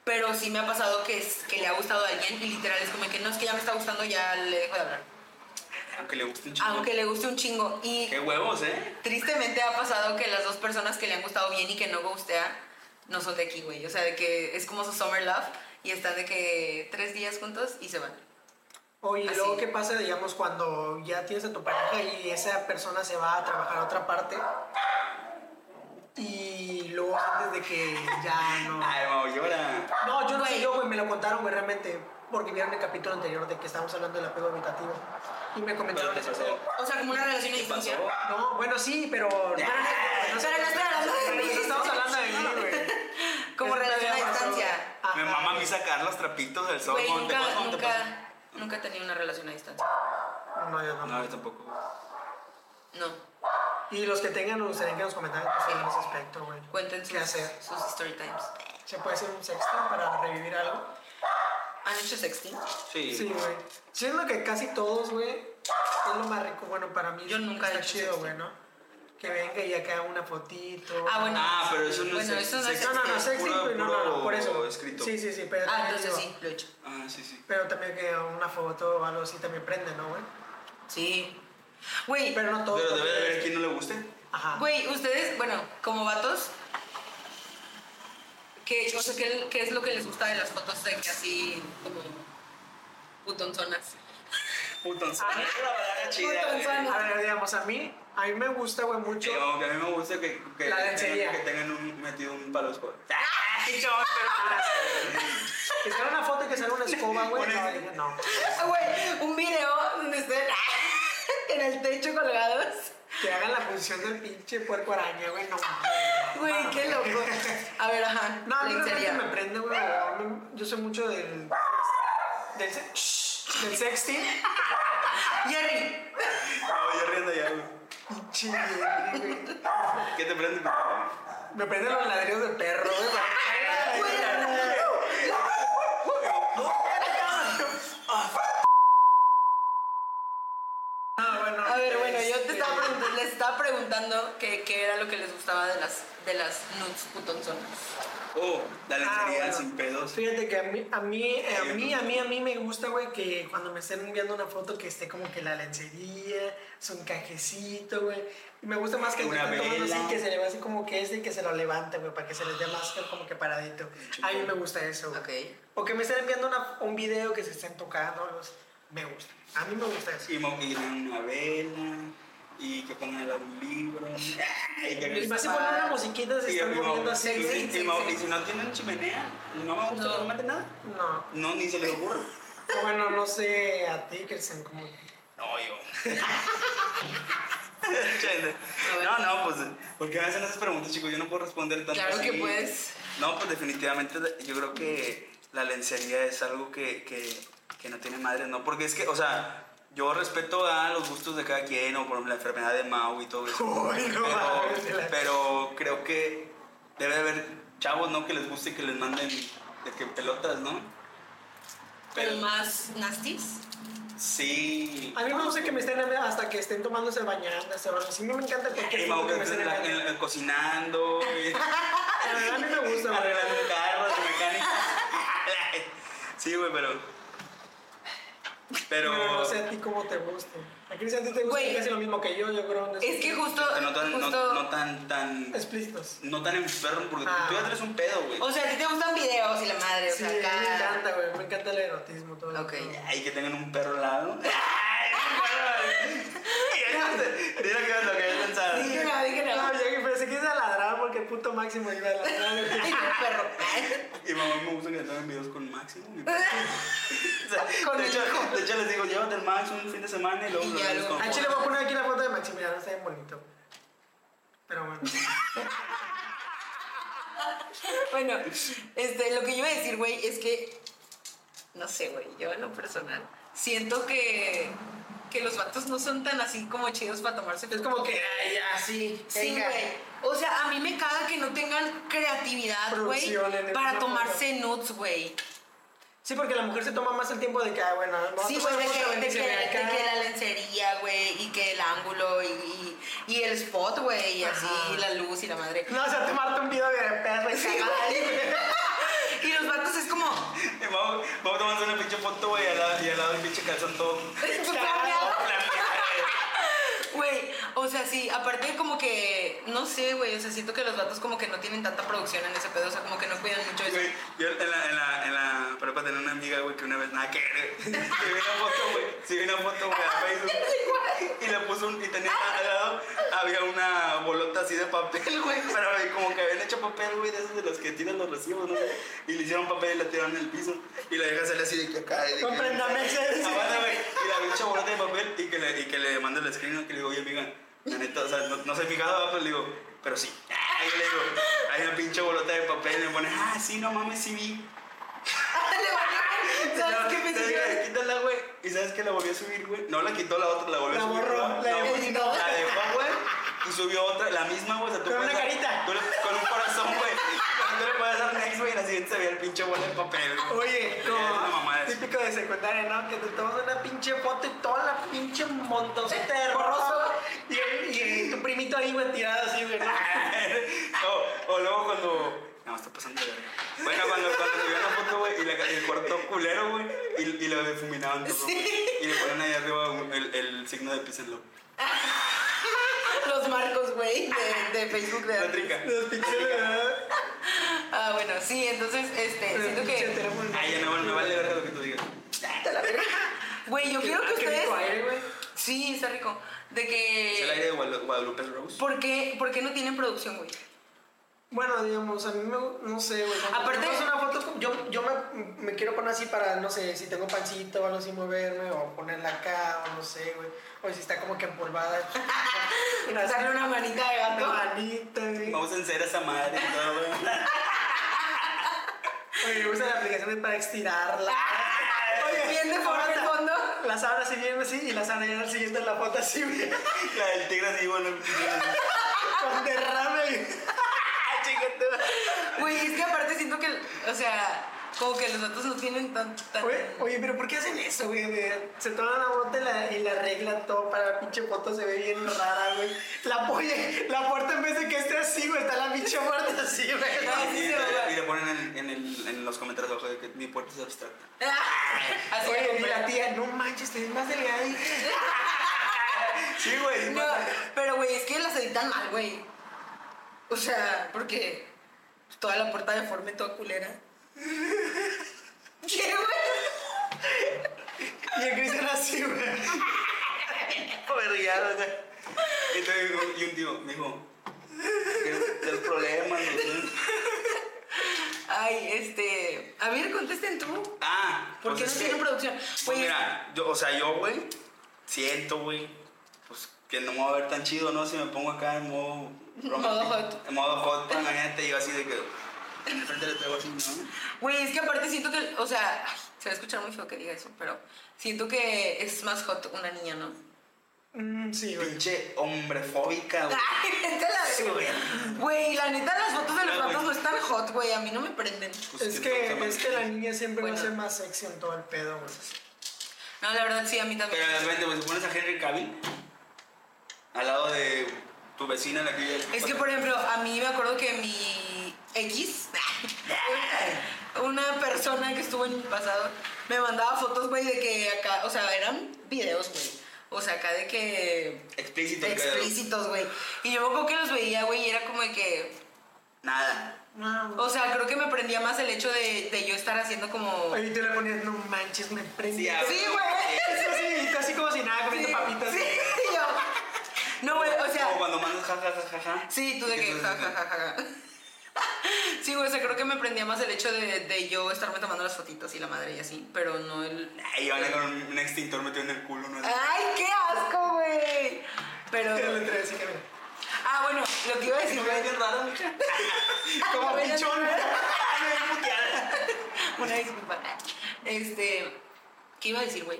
S1: Pero sí me ha pasado que, es- que le ha gustado a alguien y literal es como que no, es que ya me está gustando, ya le dejo de hablar.
S2: Aunque le guste un chingo.
S1: Aunque le guste un chingo. Y
S2: Qué huevos, ¿eh?
S1: Tristemente ha pasado que las dos personas que le han gustado bien y que no gustea no son de aquí, güey. O sea, de que es como su summer love y están de que tres días juntos y se van.
S3: Oye, y
S1: Así.
S3: luego, ¿qué pasa, digamos, cuando ya tienes a tu pareja y esa persona se va a trabajar a otra parte? Y luego antes de que ya no...
S2: Ay, Mau, llora.
S3: No, yo no sé,
S1: Güey.
S3: yo, güey, me lo contaron, güey, realmente, porque vieron el capítulo anterior de que estábamos hablando del apego habitativo y me
S2: Pero
S3: comentaron
S2: te
S3: eso.
S2: pasó.
S1: O sea, como una relación a
S2: ¿Qué pasó?
S1: distancia.
S3: No, bueno, sí, pero...
S2: Ya.
S3: No sé,
S1: Pero no estaba hablando de mí.
S3: no estamos hablando de mí, güey.
S1: Como
S3: Eso
S1: relación
S3: ya
S1: a
S3: pasó, güey.
S1: distancia.
S3: Ajá.
S2: Me mama a mí sacar los trapitos del sol.
S1: Güey,
S2: ¿Cómo te
S1: nunca,
S2: pasa? ¿Cómo te pasa?
S1: nunca, nunca he tenido una relación a distancia.
S3: No, yo no.
S2: No, yo tampoco.
S1: No,
S3: Y los que tengan, nos gustaría que nos comentaran qué opinan en ese aspecto, güey.
S1: cuenten
S3: ¿Qué
S1: sus,
S3: hacer?
S1: sus story times.
S3: ¿Se puede hacer un sexto para revivir algo?
S1: ¿Han hecho sexting?
S2: Sí.
S3: Sí, güey. Siento que casi todos, güey, es lo más rico. Bueno, para mí
S1: Yo nunca he
S3: está
S1: hecho
S3: chido,
S1: sexting.
S3: güey, ¿no? Que venga y acá una fotito.
S1: Ah, bueno.
S2: Ah, pero eso no
S1: Bueno,
S2: es
S1: eso no es
S2: sexting.
S3: No, no, no,
S1: es
S3: sexting,
S2: puro-
S3: güey, no, no, no, por eso.
S2: puro escrito.
S3: Sí, sí, sí, pero
S1: Ah,
S3: también
S1: entonces
S3: digo,
S1: sí, lo he hecho.
S2: Ah, sí, sí.
S3: Pero también que una foto o algo así también prende, ¿no, güey?
S1: Sí. Güey,
S3: Pero no todo.
S2: Pero debe de haber quien no le guste.
S3: Ajá.
S1: Güey, ustedes, bueno, como vatos, ¿qué, o sea, ¿qué, qué es lo que les gusta de las fotos de que así como putonzonas?
S2: Putonzona.
S3: A mí-
S2: Es una palabra chida, güey.
S1: Putonzona.
S3: A ver, digamos, a mí, a mí me gusta, güey, mucho.
S2: Sí, como que a mí me gusta que, que,
S3: La lencería.
S2: tengan, que tengan un, metido un palo escoba.
S3: Que salga una foto y que salga una escoba, güey.
S2: Una-
S3: No, dije, no.
S1: Güey, un video donde estén en el techo colgados.
S3: Que hagan la función del pinche puerco araña, güey, no.
S1: Güey, qué loco. A ver, ajá.
S3: No, a mí realmente
S1: lencería.
S3: me prende, güey. a mí- Yo soy mucho del. del, se- shh, del sexting.
S1: Jerry,
S2: No, yo riendo ya, güey.
S3: Pinche mierda, güey.
S2: ¿Qué te prende?
S3: Ah, Me prende los ladrillos de perro, güey. para- Ah, No, bueno.
S1: a ver, bueno, yo te
S3: este,
S1: estaba preguntando, les estaba preguntando que- qué era lo que les gustaba de las, de las nudes putonzonas.
S2: Oh, la
S3: Ah,
S2: lencería
S3: bueno.
S2: sin pedos.
S3: Fíjate que a mí, a mí, eh, a mí, a mí, a mí me gusta, güey, que cuando me estén enviando una foto que esté como que la lencería, es un cajecito, güey. Y me gusta más que
S2: Una
S3: me estén tomando
S2: vela.
S3: así, que se le vea así como que este y que se lo levante, güey, para que se les dé más como que paradito. A mí me gusta eso, güey.
S1: Ok.
S3: O que me estén enviando una- un video que se estén tocando, algo así. me gusta. A mí me gusta eso.
S2: Y mo- y una vela. Y que pongan el un libro. Y que-
S3: Y más si ponen una musiquita, se
S2: Sí,
S3: están
S2: y mo-
S3: moviendo
S2: y-
S3: así, güey.
S2: y- y mo- y si no tienen chimenea, no me gusta
S1: No.
S2: que no manden nada.
S3: No.
S2: No, ni se les ocurre.
S3: O Bueno, no sé a ti, Kirsten, como...
S2: No, yo. Chale. no, no, pues, porque a veces esas preguntas, chicos, yo no puedo responder tanto.
S1: Claro que
S2: así.
S1: puedes.
S2: No, pues definitivamente yo creo que la lencería es algo que, que, que no tiene madre, ¿no? Porque es que, o sea, yo respeto a los gustos de cada quien, o por ejemplo, la enfermedad de Mau y todo eso.
S3: Uy, no mames, te
S2: pero,
S3: la-
S2: pero creo que debe de haber chavos, ¿no? Que les guste que les manden de que pelotas, ¿no?
S1: Pero más nasties.
S2: Sí.
S3: A mí me gusta que me estén hasta que estén tomándose el bañándose, o algo así. A mí me encanta porque
S2: Y
S3: siento
S2: Mau
S3: que
S2: que
S3: me estén
S2: en la- en
S3: bañando.
S2: la- cocinando, güey,
S3: La verdad, A mí me gusta, güey.
S2: arreglando carros, mecánica. Sí, güey, pero. Pero.
S3: Pero no sé a ti cómo te gusta. A Cristian, ¿a ti te gusta
S1: Güey.
S3: casi lo mismo que yo? Yo creo en
S1: Es que justo,
S2: no tan, no-
S1: justo-
S2: no tan, tan,
S3: Explícitos.
S2: no tan enfermo, porque
S3: Ah.
S2: tú ya traes un pedo, güey.
S1: O sea, a ti te gustan videos y la madre, o
S3: Sí, a
S1: sea,
S3: mí me
S1: acá-
S3: encanta, güey. Me encanta el erotismo, todo.
S1: Ok.
S2: Ay, que tengan un perro al lado. Ay, un perro. Mira que es lo que yo pensaba.
S1: Dije nada, dije
S3: No,
S1: nada.
S3: yo que pensé que iba a ladrar porque el puto máximo iba a ladrar. güey.
S1: Ay, qué perro.
S2: Y mamá me gusta que le tomen videos con Máximo. mi perro. O sea,
S1: Con
S2: de,
S1: el
S2: hecho,
S1: hijo.
S2: de hecho, les digo, llévate el Max un fin de semana y luego
S1: Y
S2: lo
S1: ya
S2: vemos
S1: luego-
S2: con
S3: Al chile voy a poner aquí la foto de Maximiliano, está bien bonito. Pero bueno.
S1: Bueno, este, lo que yo iba a decir, güey, es que. No sé, güey, yo en lo personal. Siento que. Que los vatos no son tan así como chidos para tomarse.
S3: Es como que, ay, ya, sí.
S1: Sí,
S3: venga.
S1: güey. O sea, a mí me caga que no tengan creatividad, güey,
S3: Producción en este el-
S1: para
S3: no,
S1: tomarse nudes, güey.
S3: Sí, porque la mujer se toma más el tiempo de que, ah, bueno, vamos
S1: Sí,
S3: a
S1: güey,
S3: tomar
S1: de
S3: foto,
S1: que,
S3: ven,
S1: de
S3: se
S1: que-
S3: ve
S1: de
S3: acá.
S1: que la lencería, güey, y que el ángulo y, y- y el spot, güey, y así,
S3: Ajá.
S1: la luz y la madre.
S3: No, o sea, tomarte un video de perro y cagada ahí, güey.
S1: Y los vatos es como,
S2: Y vamos, vamos tomando una pinche foto, güey, y al lado, y al lado el pinche calzón todo.
S1: pues, Planeado.
S2: planeado.
S1: güey, o sea, sí, aparte como que, no sé, güey, o sea, siento que los vatos como que no tienen tanta producción en ese pedo, o sea, como que no cuidan mucho eso.
S2: Güey, yo en la, en la, en la prepa tenía una amiga, güey, que una vez nada que ver. güey. Se vio una foto, güey. Se vio una foto, güey, a Facebook. Y le puso un. Y tenía al lado, había una bolota así de papel, güey. Pero güey, como que habían hecho papel, güey, de esos de los que tiran los recibos, ¿no? Y le hicieron papel y la tiraron en el piso. Y la vieja sale así de que acá. y de que-
S3: Compréndame, sí, sí.
S2: Aguanta, Ah, güey. Y la pinche bolota de papel y que le, y que le mando el screen, ¿no? que le digo, oye, amiga, la neta, o sea, no, no soy fijado, ¿va? pero le digo, pero sí. Ahí le digo, hay una pinche bolota de papel y me pone, ah, sí, no mames, sí vi.
S1: Ah, Le valió, ¿Sabes qué pensé
S2: que
S1: yo?
S2: Quítala, güey. ¿Y sabes que la volvió a subir, güey? No la quitó la otra, la volvió
S3: La
S2: a subir.
S3: borró,
S2: ¿no?
S3: la
S2: la,
S1: editó.
S2: la dejó, güey. Y subió otra, la misma, güey. o sea, tú
S3: Con
S2: puedes
S3: una
S2: dar-
S3: carita.
S2: tú le- con un corazón, güey. Tú le puedes dar next, güey, y la siguiente se veía el pinche bola de papel. güey.
S3: Oye,
S2: Es una
S3: como
S2: mamada eso.
S3: típico de secundaria, ¿no? Que te tomas una pinche foto y toda la pinche montoncita de rosa y, y tu primito ahí, güey, tirado así, güey. ¿no?
S2: o, o luego cuando. No, está pasando de verga. Bueno, cuando, cuando subió la foto, güey, y, la- y el cuarto culero, güey, y, y lo difuminaban todo. güey.
S1: Sí.
S2: Y le ponen ahí arriba un- el, el signo de peace and love.
S1: Los marcos, güey, de, de Facebook de
S2: La
S1: antes.
S2: trinca.
S3: Los pinches, ¿verdad?
S1: Ah, bueno, sí, entonces, este, siento
S3: Pinche
S1: que.
S3: teléfono.
S2: Ay, ya no, me vale verga lo que tú digas.
S1: Eh. Güey, yo quiero que
S3: Qué rico eh. aire,
S1: ustedes.
S3: güey.
S1: Sí, está rico. De
S2: Es el aire
S1: que.
S2: de Guadalu- Guadalupe Rose.
S1: ¿Por qué, por qué no tienen producción, güey?
S3: Bueno, digamos, a mí me, no sé, güey. cuando
S1: Aparte-
S3: tomas una foto, es como- yo, yo me, me quiero poner así para, no sé, si tengo pancito o algo así, moverme, o ponerla acá, o no sé, güey. O si está como que empolvada. pues,
S1: Darle una manita de
S3: Una
S1: gato.
S3: manita, güey.
S2: Vamos a encer esa madre y todo, güey.
S3: Oye, usa la aplicación de- para estirarla.
S1: Oye, bien de forma el fondo.
S3: La sábana así bien así y la sábana ya siguiendo la foto así, güey.
S2: La del tigre así, bueno.
S3: Con derrame. güey. Chíquete,
S1: Güey, es que aparte siento que. O sea, como que los datos no tienen tan. tan-
S3: güey. Oye, Oye, pero ¿por qué hacen eso, güey? De- Se toman la foto y la, y la arreglan todo para la pinche foto se ve bien rara, güey. La polla, la puerta en vez de que esté así, güey, está la pinche puerta así, güey.
S1: No,
S2: Y,
S1: Ah, sí, sí,
S2: le- y
S1: güey.
S2: le ponen en, en el- en los comentarios abajo de que mi puerta es abstracta.
S1: Ah, Así la
S3: Oye, y
S1: compré.
S3: la tía, no manches, te ves más delgada. y-
S2: Sí, güey.
S1: No, pero güey, es que las editan mal, güey. O sea, porque toda la puerta deforme, toda culera. ¿Qué, güey?
S3: Y el Cristian así, güey. Vergueado, güey.
S2: Entonces, y un tío me dijo, "Tienes- tienes problemas, ¿no?
S1: Ay, este. A ver, contesten tú.
S2: Ah,
S1: ¿Por qué
S2: pues
S1: no
S2: es
S1: tienen
S2: que-
S1: producción?
S2: Pues
S1: Güey,
S2: mira, yo, o sea, yo, güey, siento, güey, pues que no me va a ver tan chido, ¿no? Si me pongo acá en modo.
S1: Modo hot.
S2: En modo hot, pues, imagínate, yo así de que. De repente le traigo así, ¿no?
S1: Güey, es que aparte siento que, o sea, ay, se va a escuchar muy feo que diga eso, pero siento que es más hot una niña, ¿no?
S3: Mm, sí, güey.
S2: Pinche hombrefóbica, güey.
S1: Ay, neta, la-
S2: Sí, güey.
S1: Ah, Güey, la neta, las fotos de los
S2: Mira, güey.
S1: ratos no están hot, güey. A mí no me prenden.
S2: Pues,
S3: Es
S2: siento
S3: que,
S2: me-
S3: es que la niña siempre va a
S1: Bueno.
S3: ser más sexy en todo el pedo, güey.
S1: No, la verdad, sí, a mí también.
S2: Pero de repente, güey, si pones a Henry Cavill al lado de tu vecina, la que vive-
S1: Es que, por ejemplo, a mí me acuerdo que mi X, una persona que estuvo en mi pasado, me mandaba fotos, güey, de que acá, o sea, eran videos, güey. O sea, acá de que
S2: Explícito, el pedo.
S1: explícitos, güey. Y yo me acuerdo que los veía, güey, y era como de que,
S2: Nada.
S3: No, güey.
S1: o sea, creo que me prendía más el hecho de, de yo estar haciendo como...
S3: Oye, tú le ponías, no manches, me prendí.
S2: Sí, a-
S1: Sí, güey.
S3: Eso sí, y tú así como si nada, comiendo
S1: Sí,
S3: papitas.
S1: sí, yo. No, güey, o sea...
S2: Como cuando mandas ja, ja, ja, ja, ja.
S1: Sí, tú de que ja, ja, ja, ja, ja. Sí, güey, o sea, creo que me prendía más el hecho de, de yo estarme tomando las fotitos y la madre y así, pero no el...
S2: Ay, van con un un extintor metido en el culo, ¿no?
S1: ¡Ay, qué asco, güey! Pero...
S3: Te lo entregué así que mira.
S1: Ah, bueno, lo que iba a decir,
S2: ¿No
S1: güey...
S2: ves bien raro, mija?
S3: Como
S1: Bueno,
S3: pichón.
S1: no,
S3: Ay, puteada.
S1: Una disculpa. Este... ¿Qué iba a decir, güey?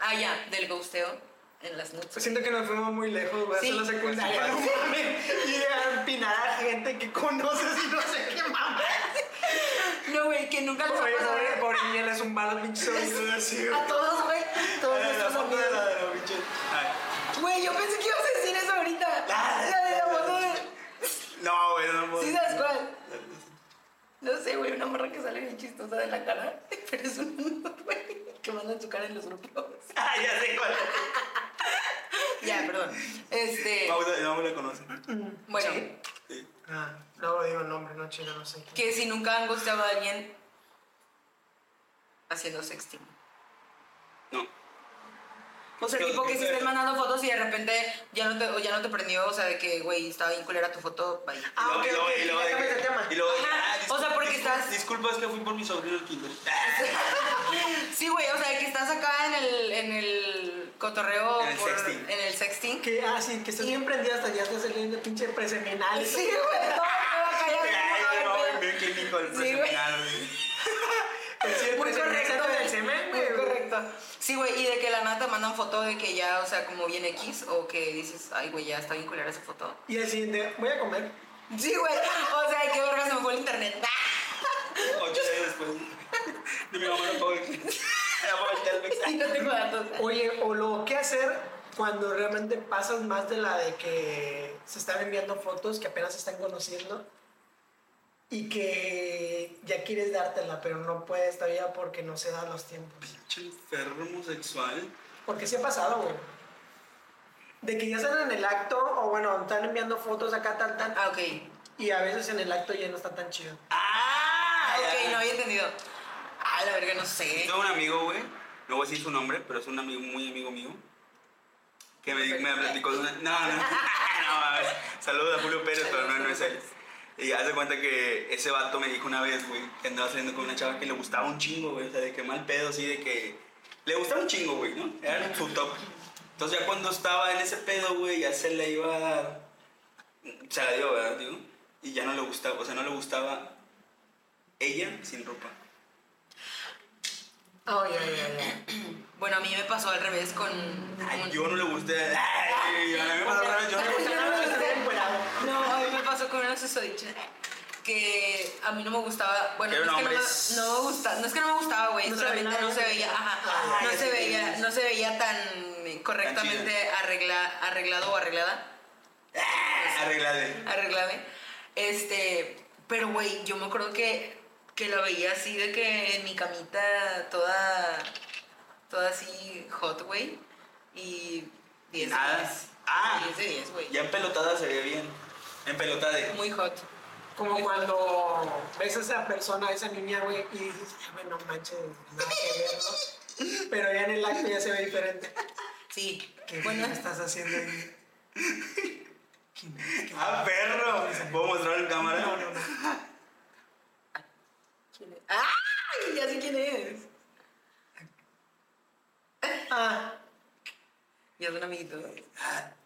S1: Ah, ya, del ghosteo en las
S3: Pues
S1: nudes.
S3: Siento que nos fuimos muy lejos, güey.
S1: Sí.
S3: Solo secundaria, no
S2: Sí.
S3: mames. Y a empinar a gente que conoces y no sé qué mames.
S1: No, güey, que nunca les ha
S3: Oye,
S1: pasado.
S3: pobre, pobre niña, le zumbaron pinches oídos así, güey.
S1: A todos, güey. Todos
S2: Ay, Eh, Ah, la
S1: nuestros
S2: foto de
S1: amigos.
S2: la de la pinche- Ay.
S1: Güey, yo pensé que ibas a decir eso ahorita.
S2: La-
S1: La de la foto de...
S2: No, güey, no puedo.
S1: ¿Sí sabes cuál? No sé, güey, una morra que sale bien chistosa de la cara, pero es un nude, güey, que mandan su cara en los grupos.
S2: Ah, ya sé cuál.
S1: Ya, perdón. Este,
S2: Mauro, no me la conoce.
S1: bueno,
S3: ¿Sí?
S2: Sí.
S3: Ah, luego digo el nombre, no chido, no sé.
S1: que si nunca han gustado a alguien haciendo sexting.
S2: No.
S1: O sea,
S2: Yo-
S1: tipo que
S2: yo-
S1: si estés mandando fotos y de repente ya no te, o ya no te prendió, o sea, de que, güey, estaba bien culera tu foto, bye.
S3: Ah,
S2: Y luego-
S3: ok, ok,
S2: y luego-
S3: ya
S2: y luego-
S3: cambias de tema.
S2: y luego-
S1: Ajá,
S2: ah, disculpa,
S1: o sea, porque
S2: disculpa,
S1: estás-
S2: Disculpa, es que fui por mi sobrino al kinder.
S1: Sí, güey, o sea, que estás acá en el, en el cotorreo
S2: En el sexting.
S1: en el sexting.
S3: Que, ah, sí, que estás bien prendida hasta ya estás saliendo pinche preseminal.
S1: Sí, güey, todo, acá ya
S2: Ay,
S1: no,
S2: no, bien clínico el
S1: Sí, güey.
S2: preseminal, güey.
S3: Sí, el
S1: Muy
S3: preseminal
S1: correcto,
S3: sale
S1: güey.
S3: del semen,
S1: Muy
S3: güey.
S1: correcto. Exacto. Sí, güey, y de que la nata mandan foto de que ya, o sea, como bien X, o que dices, ay, güey, ya está bien culera esa foto.
S3: Y el siguiente, voy a comer.
S1: Sí, güey, o sea, qué verga se me fue el internet.
S2: Ocho días después. De mi mamá no puedo ir. Ya voy al Telmex.
S1: Y no tengo datos.
S3: Oye, o lo que hacer cuando realmente pasas más de la de que se están enviando fotos que apenas se están conociendo y que ya quieres dártela, pero no puedes todavía porque no se dan los tiempos.
S2: Pinche enfermo sexual.
S3: Porque sí ha pasado, güey. De que ya están en el acto, o bueno, están enviando fotos acá, tal, tal,
S1: Ah, ok.
S3: y a veces en el acto ya no está tan chido.
S1: Ah,
S2: ya.
S1: ok, no había entendido. Ah, la verga, no sé.
S2: Tengo un amigo, güey. No voy a decir su nombre, pero es un amigo, muy amigo mío. Que me, me platicó. de una- No, no. no mames. Saludos a Julio Pérez, pero no, no es él. Y hace cuenta que ese vato me dijo una vez, güey, que andaba saliendo con una chava que le gustaba un chingo, güey. O sea, de que mal pedo, así de que. Le gustaba un chingo, güey, ¿no? Era su top. Entonces, ya cuando estaba en ese pedo, güey, ya se le iba a dar. Se la dio, ¿verdad, digo? Y ya no le gustaba, o sea, no le gustaba ella sin ropa.
S3: Oh, ya, ya, ya.
S1: Bueno, a mí me pasó al revés con.
S2: Ay,
S1: con-
S2: yo no le gusté. Ay, a mí me pasó otra vez, yo no le gusté.
S3: Yo no me estoy encuerado.
S1: No, a mí me pasó con una susodicha que a mí no me gustaba. Bueno,
S2: Pero
S1: no es, que no,
S2: nombres.
S1: me, no me gusta, no es que no me gustaba, güey.
S3: No se
S1: solamente
S3: veía.
S1: no se veía, ajá,
S3: Ah,
S1: no
S2: ya
S1: se
S2: sé
S1: veía,
S2: quién
S1: no se veía tan correctamente arregla- arreglado o arreglada.
S2: Arreglade.
S1: arreglame. Este, pero güey, yo me acuerdo que, que la veía así de que en mi camita toda, toda así hot, güey. Y 10 de
S2: Nada.
S1: 10.
S2: Ah.
S1: 10 de 10, güey.
S2: Ya en pelotada se ve bien. En pelotade.
S1: Muy hot.
S3: Como cuando ves a esa persona, a esa niña, güey, y dices, "Ay, güey, no manches, nada que ver, ¿no?" Pero ya en el acto ya se ve diferente.
S1: Sí.
S3: ¿Qué
S1: Bueno,
S3: estás haciendo ahí? ¿Quién es? ¿Qué
S2: Ah, perro. ¿Puedo mostrar en cámara?
S3: No, no, no.
S1: ¿quién es? ¡Ay! Ya sé quién es.
S3: Ah,
S1: Ya es un amiguito.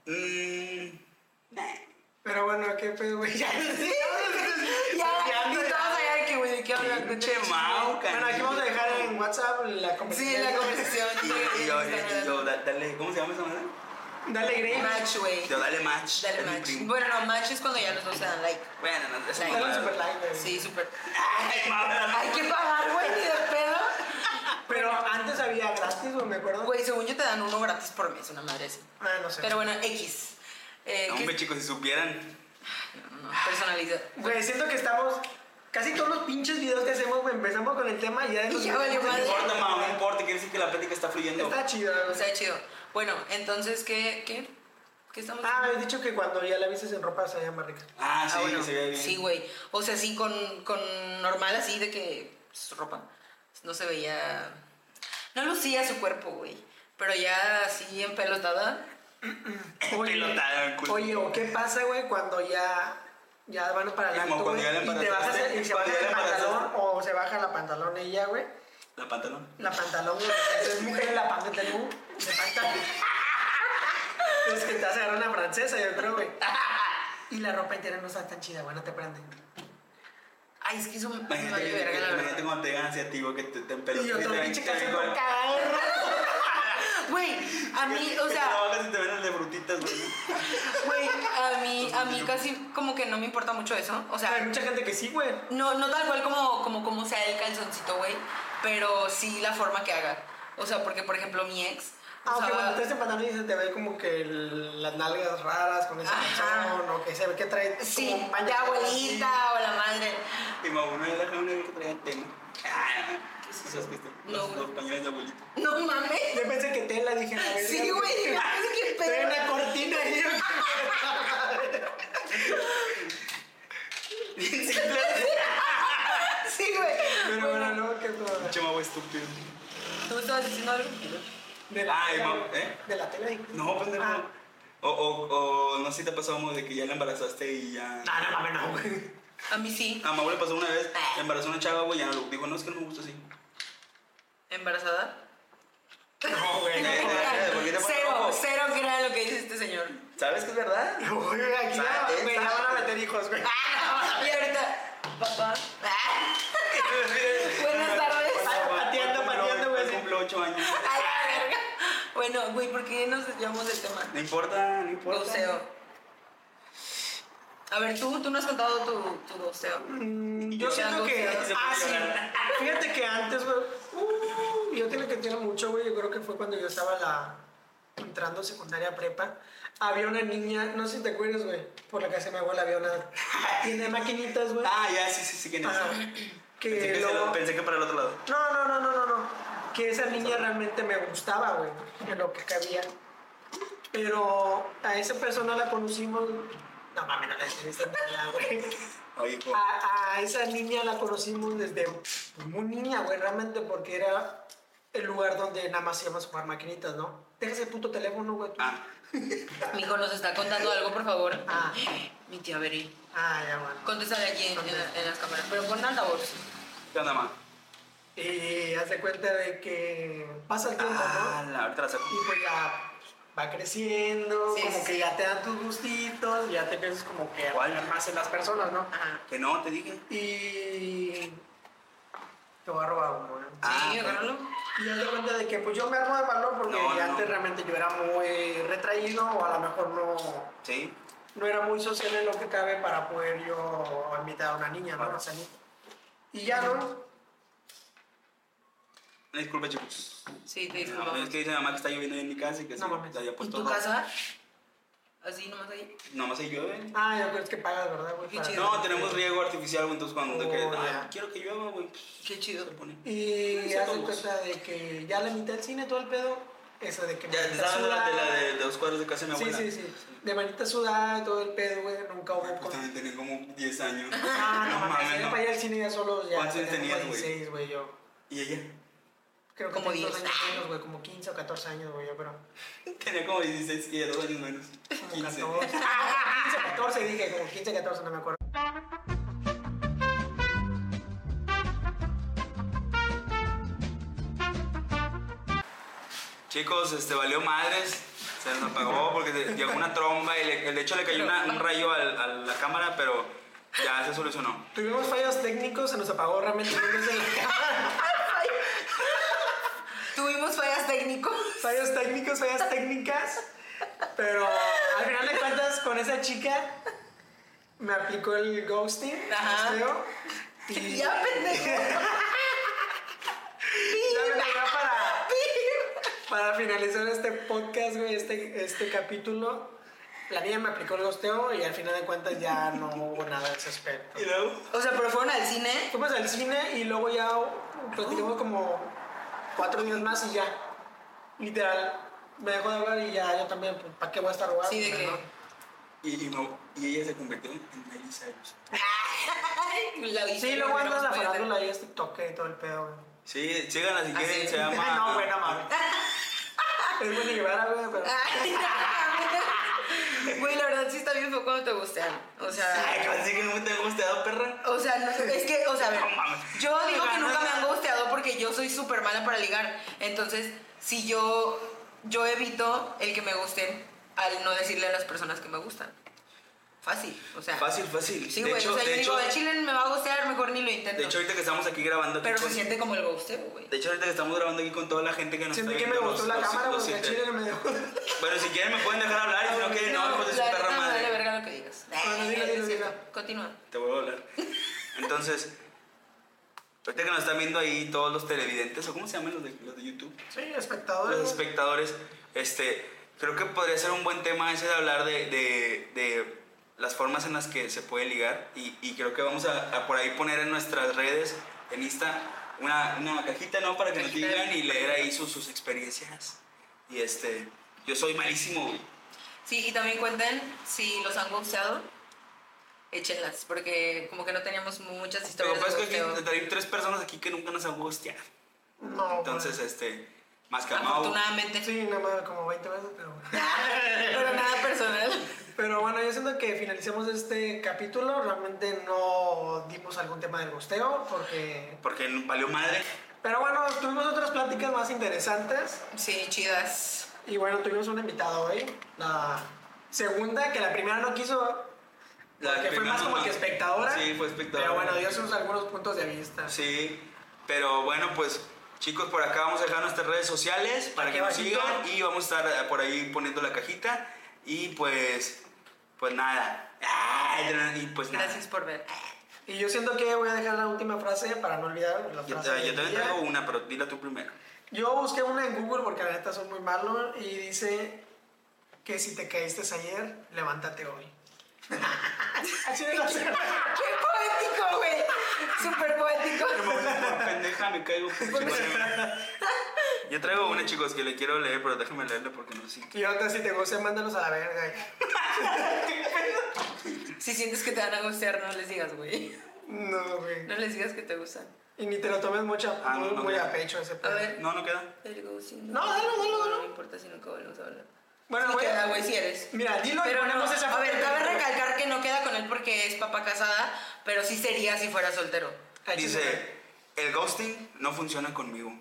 S2: Mm,
S3: pero bueno, qué pedo, güey. Ya,
S1: Ya,
S3: Ya,
S1: y todos
S3: ya.
S1: allá de que, güey, de qué hablan.
S2: Pinche Mau,
S3: Bueno, aquí vamos a dejar en WhatsApp la conversación.
S1: Sí, la conversación.
S2: Y yo, y yo, y yo, da- dale, ¿cómo se llama esa madre?
S3: Dale, Grey.
S1: Match, güey.
S2: Yo, dale match.
S1: Dale
S2: es mi
S1: match.
S2: primo.
S1: Bueno, no, match es cuando ya los dos se dan like.
S2: Bueno, no, es
S1: Dale
S2: un
S3: Dale
S2: madre.
S3: super like, güey.
S1: Sí, súper.
S2: Ay, madre.
S1: Hay que pagar, güey, ni de pedo.
S3: Pero antes había gratis, güey, me acuerdo.
S1: Güey, según yo te dan uno gratis por mes, una madre así.
S3: Ah, no sé.
S1: Pero bueno, X. Eh,
S2: No,
S1: ¿qué-
S2: Hombre, chicos, si supieran.
S1: no, personaliza.
S3: Güey, siento que estamos. Casi todos los pinches videos que hacemos, güey, empezamos con el tema y ya de
S1: Y ya valió
S2: No
S1: madre.
S2: importa, mamá, no importa. Quiere decir que la plática está fluyendo.
S3: Está chido,
S1: O
S3: güey.
S1: sea, chido. Bueno, entonces, ¿qué? ¿Qué, ¿Qué estamos
S3: Ah, habías dicho que cuando ya la vistes en ropa se veía más rica.
S2: Ah, sí,
S1: bueno,
S2: se ve bien.
S1: Sí, güey. O sea, sí, con, con normal, así de que pues, ropa. No se veía. No lucía su cuerpo, güey. Pero ya así en pelotada.
S2: Pelotada, güey.
S3: Oye, ¿o qué pasa, güey, cuando ya. Ya van para el
S2: Como
S3: acto,
S2: cuando
S3: güey,
S2: ya la
S3: y te bajas
S2: embarazaste,
S3: y se
S2: cuando
S3: baja
S2: ya la
S3: el pantalón
S2: embarazaste.
S3: o se baja la pantalón ella, güey.
S2: La pantalón.
S3: La pantalón, güey. Es mujer, la pantalón. De pantalón. es que te vas a agarrar una francesa, yo creo, güey. Y la ropa entera no está tan chida, güey, no te prende.
S1: Ay, es que eso me me
S2: Imagínate
S1: vale
S2: que-
S1: verga, la
S2: imagínate
S1: verdad.
S2: cómo te ganas hacia ti, güey, que te, te empelotas.
S3: Y yo todo pinche calzón con
S2: Que
S3: cagado.
S1: Ah, Güey, a mí, o
S2: te
S1: sea.
S2: bajas y te ven el de frutitas, güey.
S1: Güey, a mí, a mí casi como que no me importa mucho eso. O
S3: Hay
S1: sea,
S3: mucha gente que sí, güey.
S1: no, no tal cual como, como, como sea el calzoncito, güey, pero sí la forma que haga. O sea, porque por ejemplo mi ex.
S3: Aunque
S1: usaba-
S3: Ah, cuando estás en pantalón y se te ve como que el- las nalgas raras con ese
S1: Ajá.
S3: calzón o que se ve que trae
S1: Sí,
S3: como un pañal
S1: de abuelita o la madre.
S2: Y mamá, una vez la una vez que traía tema. Ah, ¿Qué es eso?
S1: No,
S2: Los,
S1: güey.
S2: los pañales de abuelito.
S1: No
S3: así.
S1: mames.
S3: Yo pensé que tela, dije. a ver,
S1: Sí,
S3: ya,
S1: güey, qué
S3: Trae
S1: pedo.
S3: una cortina y yo.
S1: Sí, güey.
S3: Pero bueno, no, qué problema.
S2: Pinche mamá estúpido.
S1: ¿Tú estabas diciendo algo?
S3: De la
S2: Ay,
S3: tela,
S2: mam,
S3: güey.
S2: ¿eh?
S3: De la tela. dije.
S2: No, pendejo.
S3: Ah.
S2: O, o, o no sé si te ha pasado Mau, de que ya la embarazaste y ya.
S3: No, no mames, no, güey.
S1: A mí sí.
S2: A Mau le pasó una vez, embarazó a una chava, güey, ya no lo dijo, no, es que no me gusta así.
S1: ¿Embarazada?
S3: No, güey.
S2: Eh,
S3: no.
S2: eh, ¿por qué te pone
S1: Cero,
S2: rojo?
S1: cero que era lo que dice este señor.
S2: ¿Sabes que es verdad?
S3: Uy, güey, aquí ya,
S2: Sate,
S3: güey, ya
S2: sate.
S3: van a meter hijos, güey.
S1: Y ahorita, papá. Buenas tardes.
S3: Pateando, pateando, güey,
S2: Cumplo ocho años.
S1: Ay, la verga. Bueno, güey, ¿por qué nos desviamos del tema?
S2: No importa, no importa.
S1: Doceo. A ver, tú, tú no has contado tu, tu doceo.
S2: Mm,
S3: Yo siento que.
S1: Se
S3: Ah, sí. Fíjate que antes, güey. uh, yo tiene que tiene mucho, güey. Yo creo que fue cuando yo estaba la, entrando secundaria prepa. Había una niña, no sé si te acuerdas, güey. Por la casa de mi abuela había una tienda de maquinitas, güey.
S2: Ah, ya, sí, sí, sí, quién es.
S3: Ajá. que
S2: Pensé que, se
S3: luego-
S2: lo- pensé que para el otro lado.
S3: No, no, no, no, no, no. Que esa niña realmente me gustaba, güey, en lo que cabía. Pero a esa persona la conocimos. No mames, no la entrevisté nada, güey.
S2: Oye, po-
S3: A, a esa niña la conocimos desde muy niña, güey, realmente, porque era el lugar donde nada más íbamos a jugar maquinitas, ¿no? Deja ese puto teléfono, güey. tú.
S2: Ah,
S1: Mijo, nos está contando algo, por favor.
S3: Ah.
S1: Mi tía Beri.
S3: Ah, ya, bueno.
S1: Contéstale aquí en, en la- en las cámaras, pero con altavoz.
S2: ¿qué onda, ma?
S3: Y hace cuenta de que pasa el tiempo, ¿no?
S2: Ah, la, ahorita la saco.
S3: y pues ya va creciendo,
S1: Sí,
S3: como
S1: sí,
S3: que
S1: sí.
S3: ya te dan tus gustitos, ya te piensas como que
S2: ¿Cuál?
S3: hablar más en las personas, ¿no?
S1: Ajá.
S2: Que no, te dije.
S3: Y te voy a robar uno, ¿eh? ¿no?
S2: Ah,
S1: sí,
S2: ok.
S1: agárralo.
S3: Y ya te cuenta de que pues yo me armo de valor porque
S2: No, no,
S3: antes
S2: no.
S3: realmente yo era muy retraído o a lo mejor no,
S2: Sí.
S3: no era muy social en lo que cabe para poder yo invitar a una niña, ¿no?
S2: Claro.
S3: A salir. Y ya no,
S2: Una disculpa, chicos.
S1: Sí, te disculpo.
S2: No, es que dice mi mamá que está lloviendo en mi casa y que
S3: No
S2: sí,
S3: mames.
S2: la había
S1: ¿Y
S2: puesto
S1: tu
S2: ropa.
S1: casa? Así nomás ahí.
S2: Nomás se llueve.
S3: ah, yo creo que pagas, ¿verdad, güey?
S1: Qué
S3: Para-
S1: chido.
S2: No, tenemos riego artificial, güey, entonces cuando
S3: Oh,
S2: que,
S3: ya.
S2: ah, quiero que llueva, güey. pues,
S1: Qué chido.
S2: se pone.
S3: Y
S2: Sí,
S3: hace
S2: todos.
S3: cuenta de que ya la mitad del cine, todo el pedo, eso de que
S2: Ya, te
S3: manita
S2: estaba hablando de la
S3: sudada.
S2: de, de los cuadros de casa de mi
S3: Sí,
S2: abuela.
S3: sí, sí. De manita sudada, todo el pedo, güey, nunca hubo
S2: Güey, Pues
S3: con...
S2: también tenía como 10 años.
S3: Ah, no,
S2: No
S3: mames,
S2: mames,
S3: yo
S2: no.
S3: para ir al cine ya solo ya...
S2: ¿Cuántos años
S3: tenía como
S2: tenías, güey?
S3: 16, güey, yo.
S2: ¿Y ella?
S3: Creo que
S1: Como
S3: tenía dos
S1: 10.
S3: años menos, güey, como 15 o 14 años, güey, yo, pero...
S2: Tenía como 16 y ella dos años menos.
S3: Como
S2: 15.
S3: 14. 15 o 14 Ah, dije, como 15 o 14, no me acuerdo.
S2: Chicos, este valió madres. Se nos apagó porque se- llegó una tromba y le- de hecho le cayó una- un rayo al- a la cámara, pero ya se solucionó.
S3: Tuvimos fallos técnicos, se nos apagó realmente la luz en la cámara.
S1: Tuvimos fallas técnicos.
S3: Fallos técnicos, fallas técnicas. Pero al final de cuentas, con esa chica me aplicó el ghosting, el
S1: Ajá.
S3: ghosteo, y
S1: ya, pendejo.
S3: ya me llegó para, para finalizar este podcast, güey, este, este capítulo. La niña me aplicó el ghosteo y al final de cuentas ya no hubo nada de ese aspecto.
S2: Y luego,
S1: O sea, pero fueron al cine.
S3: Fuimos al cine y luego ya
S1: Oh.
S3: platicamos como cuatro días más y ya. Literal, me dejó de hablar y ya yo también, pues, ¿para qué voy a estar rogando?
S1: Sí, de
S3: ¿no?
S1: que.
S2: y, y no- y ella se convirtió en Miley Cyrus.
S1: La
S3: Sí,
S1: historia
S3: luego
S1: que
S3: andas
S1: nos
S3: la
S1: puede hacer.
S3: farándula y este toque y todo el pedo, güey.
S2: Sí, síganla si quieren,
S1: Así.
S2: se llama.
S3: Ay, no, güey, no mames. Es muy Guevara, güey, pero.
S1: Ay, no, Güey, la verdad sí está bien fue cuando te gustean. O
S2: Ay,
S1: sea.
S2: así que no te han gustado, perra.
S1: O sea, no, es que, o sea, a ver,
S2: No mames.
S1: yo digo
S3: Oiga,
S1: que nunca
S3: no,
S1: me han
S3: no.
S1: gusteado porque yo soy súper mala para ligar. Entonces, si yo, yo evito el que me gusten al no decirle a las personas que me gustan. Fácil, o sea.
S2: Fácil, fácil.
S1: Sí,
S2: de
S1: güey,
S2: hecho,
S1: o sea, yo
S2: de,
S1: digo,
S2: hecho
S1: el chile me va a gustear, mejor ni lo intento.
S2: de hecho, ahorita que estamos aquí grabando.
S1: pero se
S2: chicos,
S1: siente como el ghosteo, güey.
S2: De hecho, ahorita que estamos grabando aquí con toda la gente que nos
S3: Siempre
S2: está
S3: que me
S2: viendo,
S3: gustó
S2: los-
S3: la
S2: los-
S3: cámara,
S2: los
S3: porque el
S2: inter-
S3: chile me dejó.
S2: Bueno, si quieren me pueden dejar hablar y si no quieren, no, hijos de su
S1: la
S2: perra
S1: neta me vale
S2: madre.
S1: verga lo que digas.
S3: Bueno, dilo, dilo,
S1: Sí,
S3: dilo.
S1: Continúa.
S2: Te vuelvo a hablar. Entonces, ahorita que nos están viendo ahí todos los televidentes, o cómo se llaman los de, los de YouTube,
S3: Sí,
S2: los
S3: espectadores.
S2: espectadores, este, creo que podría ser un buen tema ese de hablar de, de- de las formas en las que se puede ligar y, y creo que vamos a, a por ahí poner en nuestras redes, en Insta, una, una cajita, ¿no? Para que nos
S1: Cajita de-
S2: digan y leer ahí sus, sus experiencias. Y este, yo soy malísimo, güey.
S1: Sí, y también cuenten si los han gusteado. Échenlas, porque como que no teníamos muchas
S2: Lo que
S1: historias
S2: pasa es
S1: de
S2: pues, que aquí
S1: gusteo.
S2: hay tres personas aquí que nunca nos han gusteado.
S3: No. güey.
S2: Entonces, este, más que a Mau.
S1: Afortunadamente.
S3: Sí, nada más como 20 veces, pero.
S1: Pero nada personal.
S3: Pero bueno, yo siento que finalicemos este capítulo. Realmente no dimos algún tema del gusteo, porque.
S2: Porque valió madre.
S3: Pero bueno, tuvimos otras pláticas más interesantes.
S1: Sí, chidas.
S3: Y bueno, tuvimos un invitado hoy. La segunda, que la primera no quiso. que fue
S2: primera
S3: más como
S2: mamá.
S3: que espectadora.
S2: Sí, fue espectadora.
S3: Pero bueno, dio sus algunos puntos de vista.
S2: Sí, pero bueno, pues Chicos, por acá vamos a dejar nuestras redes sociales para
S3: Aquí
S2: que nos
S3: abajito.
S2: sigan y vamos a estar eh, por ahí poniendo la cajita. Y pues, pues nada. Ay, Y pues nada.
S1: Gracias por ver.
S3: Y yo siento que voy a dejar la última frase para no olvidar la
S2: Yo,
S3: frase.
S2: te- yo
S3: del
S2: también
S3: día.
S2: traigo una, pero dila tú primero.
S3: Yo busqué una en Google porque la neta son muy malo y dice que si te caíste ayer, levántate hoy. Así de la
S1: ¡Qué poético, güey! Súper poético.
S2: Pues, Por pendeja me caigo. Yo traigo una, chicos, que le quiero leer, pero déjame leerla porque no sé.
S3: Y otra, si te gusta, mándalos a la verga.
S1: Si sientes que te van a gustar, no les digas, güey.
S3: No, güey.
S1: No les digas que te gustan.
S3: Y ni te lo tomes mucho, a-
S2: Ah, no, no,
S3: muy
S2: no.
S3: a pecho ese pedo.
S1: ver.
S2: No, no queda.
S1: Algo sin-
S3: No, dalo, dalo, dalo.
S1: No importa si nunca volvemos a hablar.
S3: Bueno,
S1: Sí
S3: güey.
S1: queda, güey, si eres.
S3: Mira, dilo y
S1: Pero no,
S3: ponemos esa
S1: a ver,
S3: foto.
S1: cabe recalcar que no queda con él porque es papá casada, pero sí sería si fuera soltero.
S3: Ahí está.
S2: Dice, el ghosting no funciona conmigo.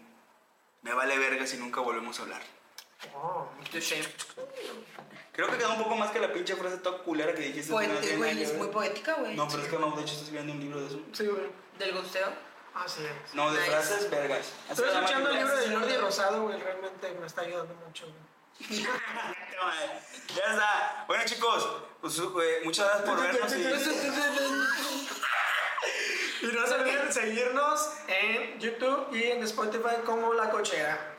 S2: Me vale verga si nunca volvemos a hablar.
S3: Oh.
S2: Creo que quedó un poco más que la pinche frase toda culera que dijiste.
S1: Poet-
S2: No tiene nada
S1: güey,
S2: que
S1: es
S2: ver.
S1: muy poética, güey.
S2: No, pero es que no, de hecho estoy viendo un libro de eso.
S3: Sí, güey.
S1: Del gusteo.
S3: Así es.
S2: No, de
S1: Nice.
S2: frases vergas. Así
S3: Estoy
S2: se llama
S3: escuchando el libro de
S2: frases.
S3: Jordi Rosado, güey. Realmente me está ayudando mucho, güey.
S2: Ya está. Bueno, chicos, pues, eh, muchas gracias por vernos. y-
S3: Y no se olviden seguirnos en YouTube y en Spotify como La Cochera.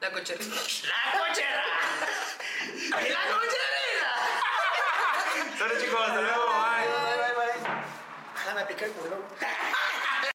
S1: La cochera.
S3: ¡La Cochera! ¡La Cochera!
S2: Sale, chicos, hasta luego. Bye.
S3: Bye, bye, bye. Ah, me pica el culo.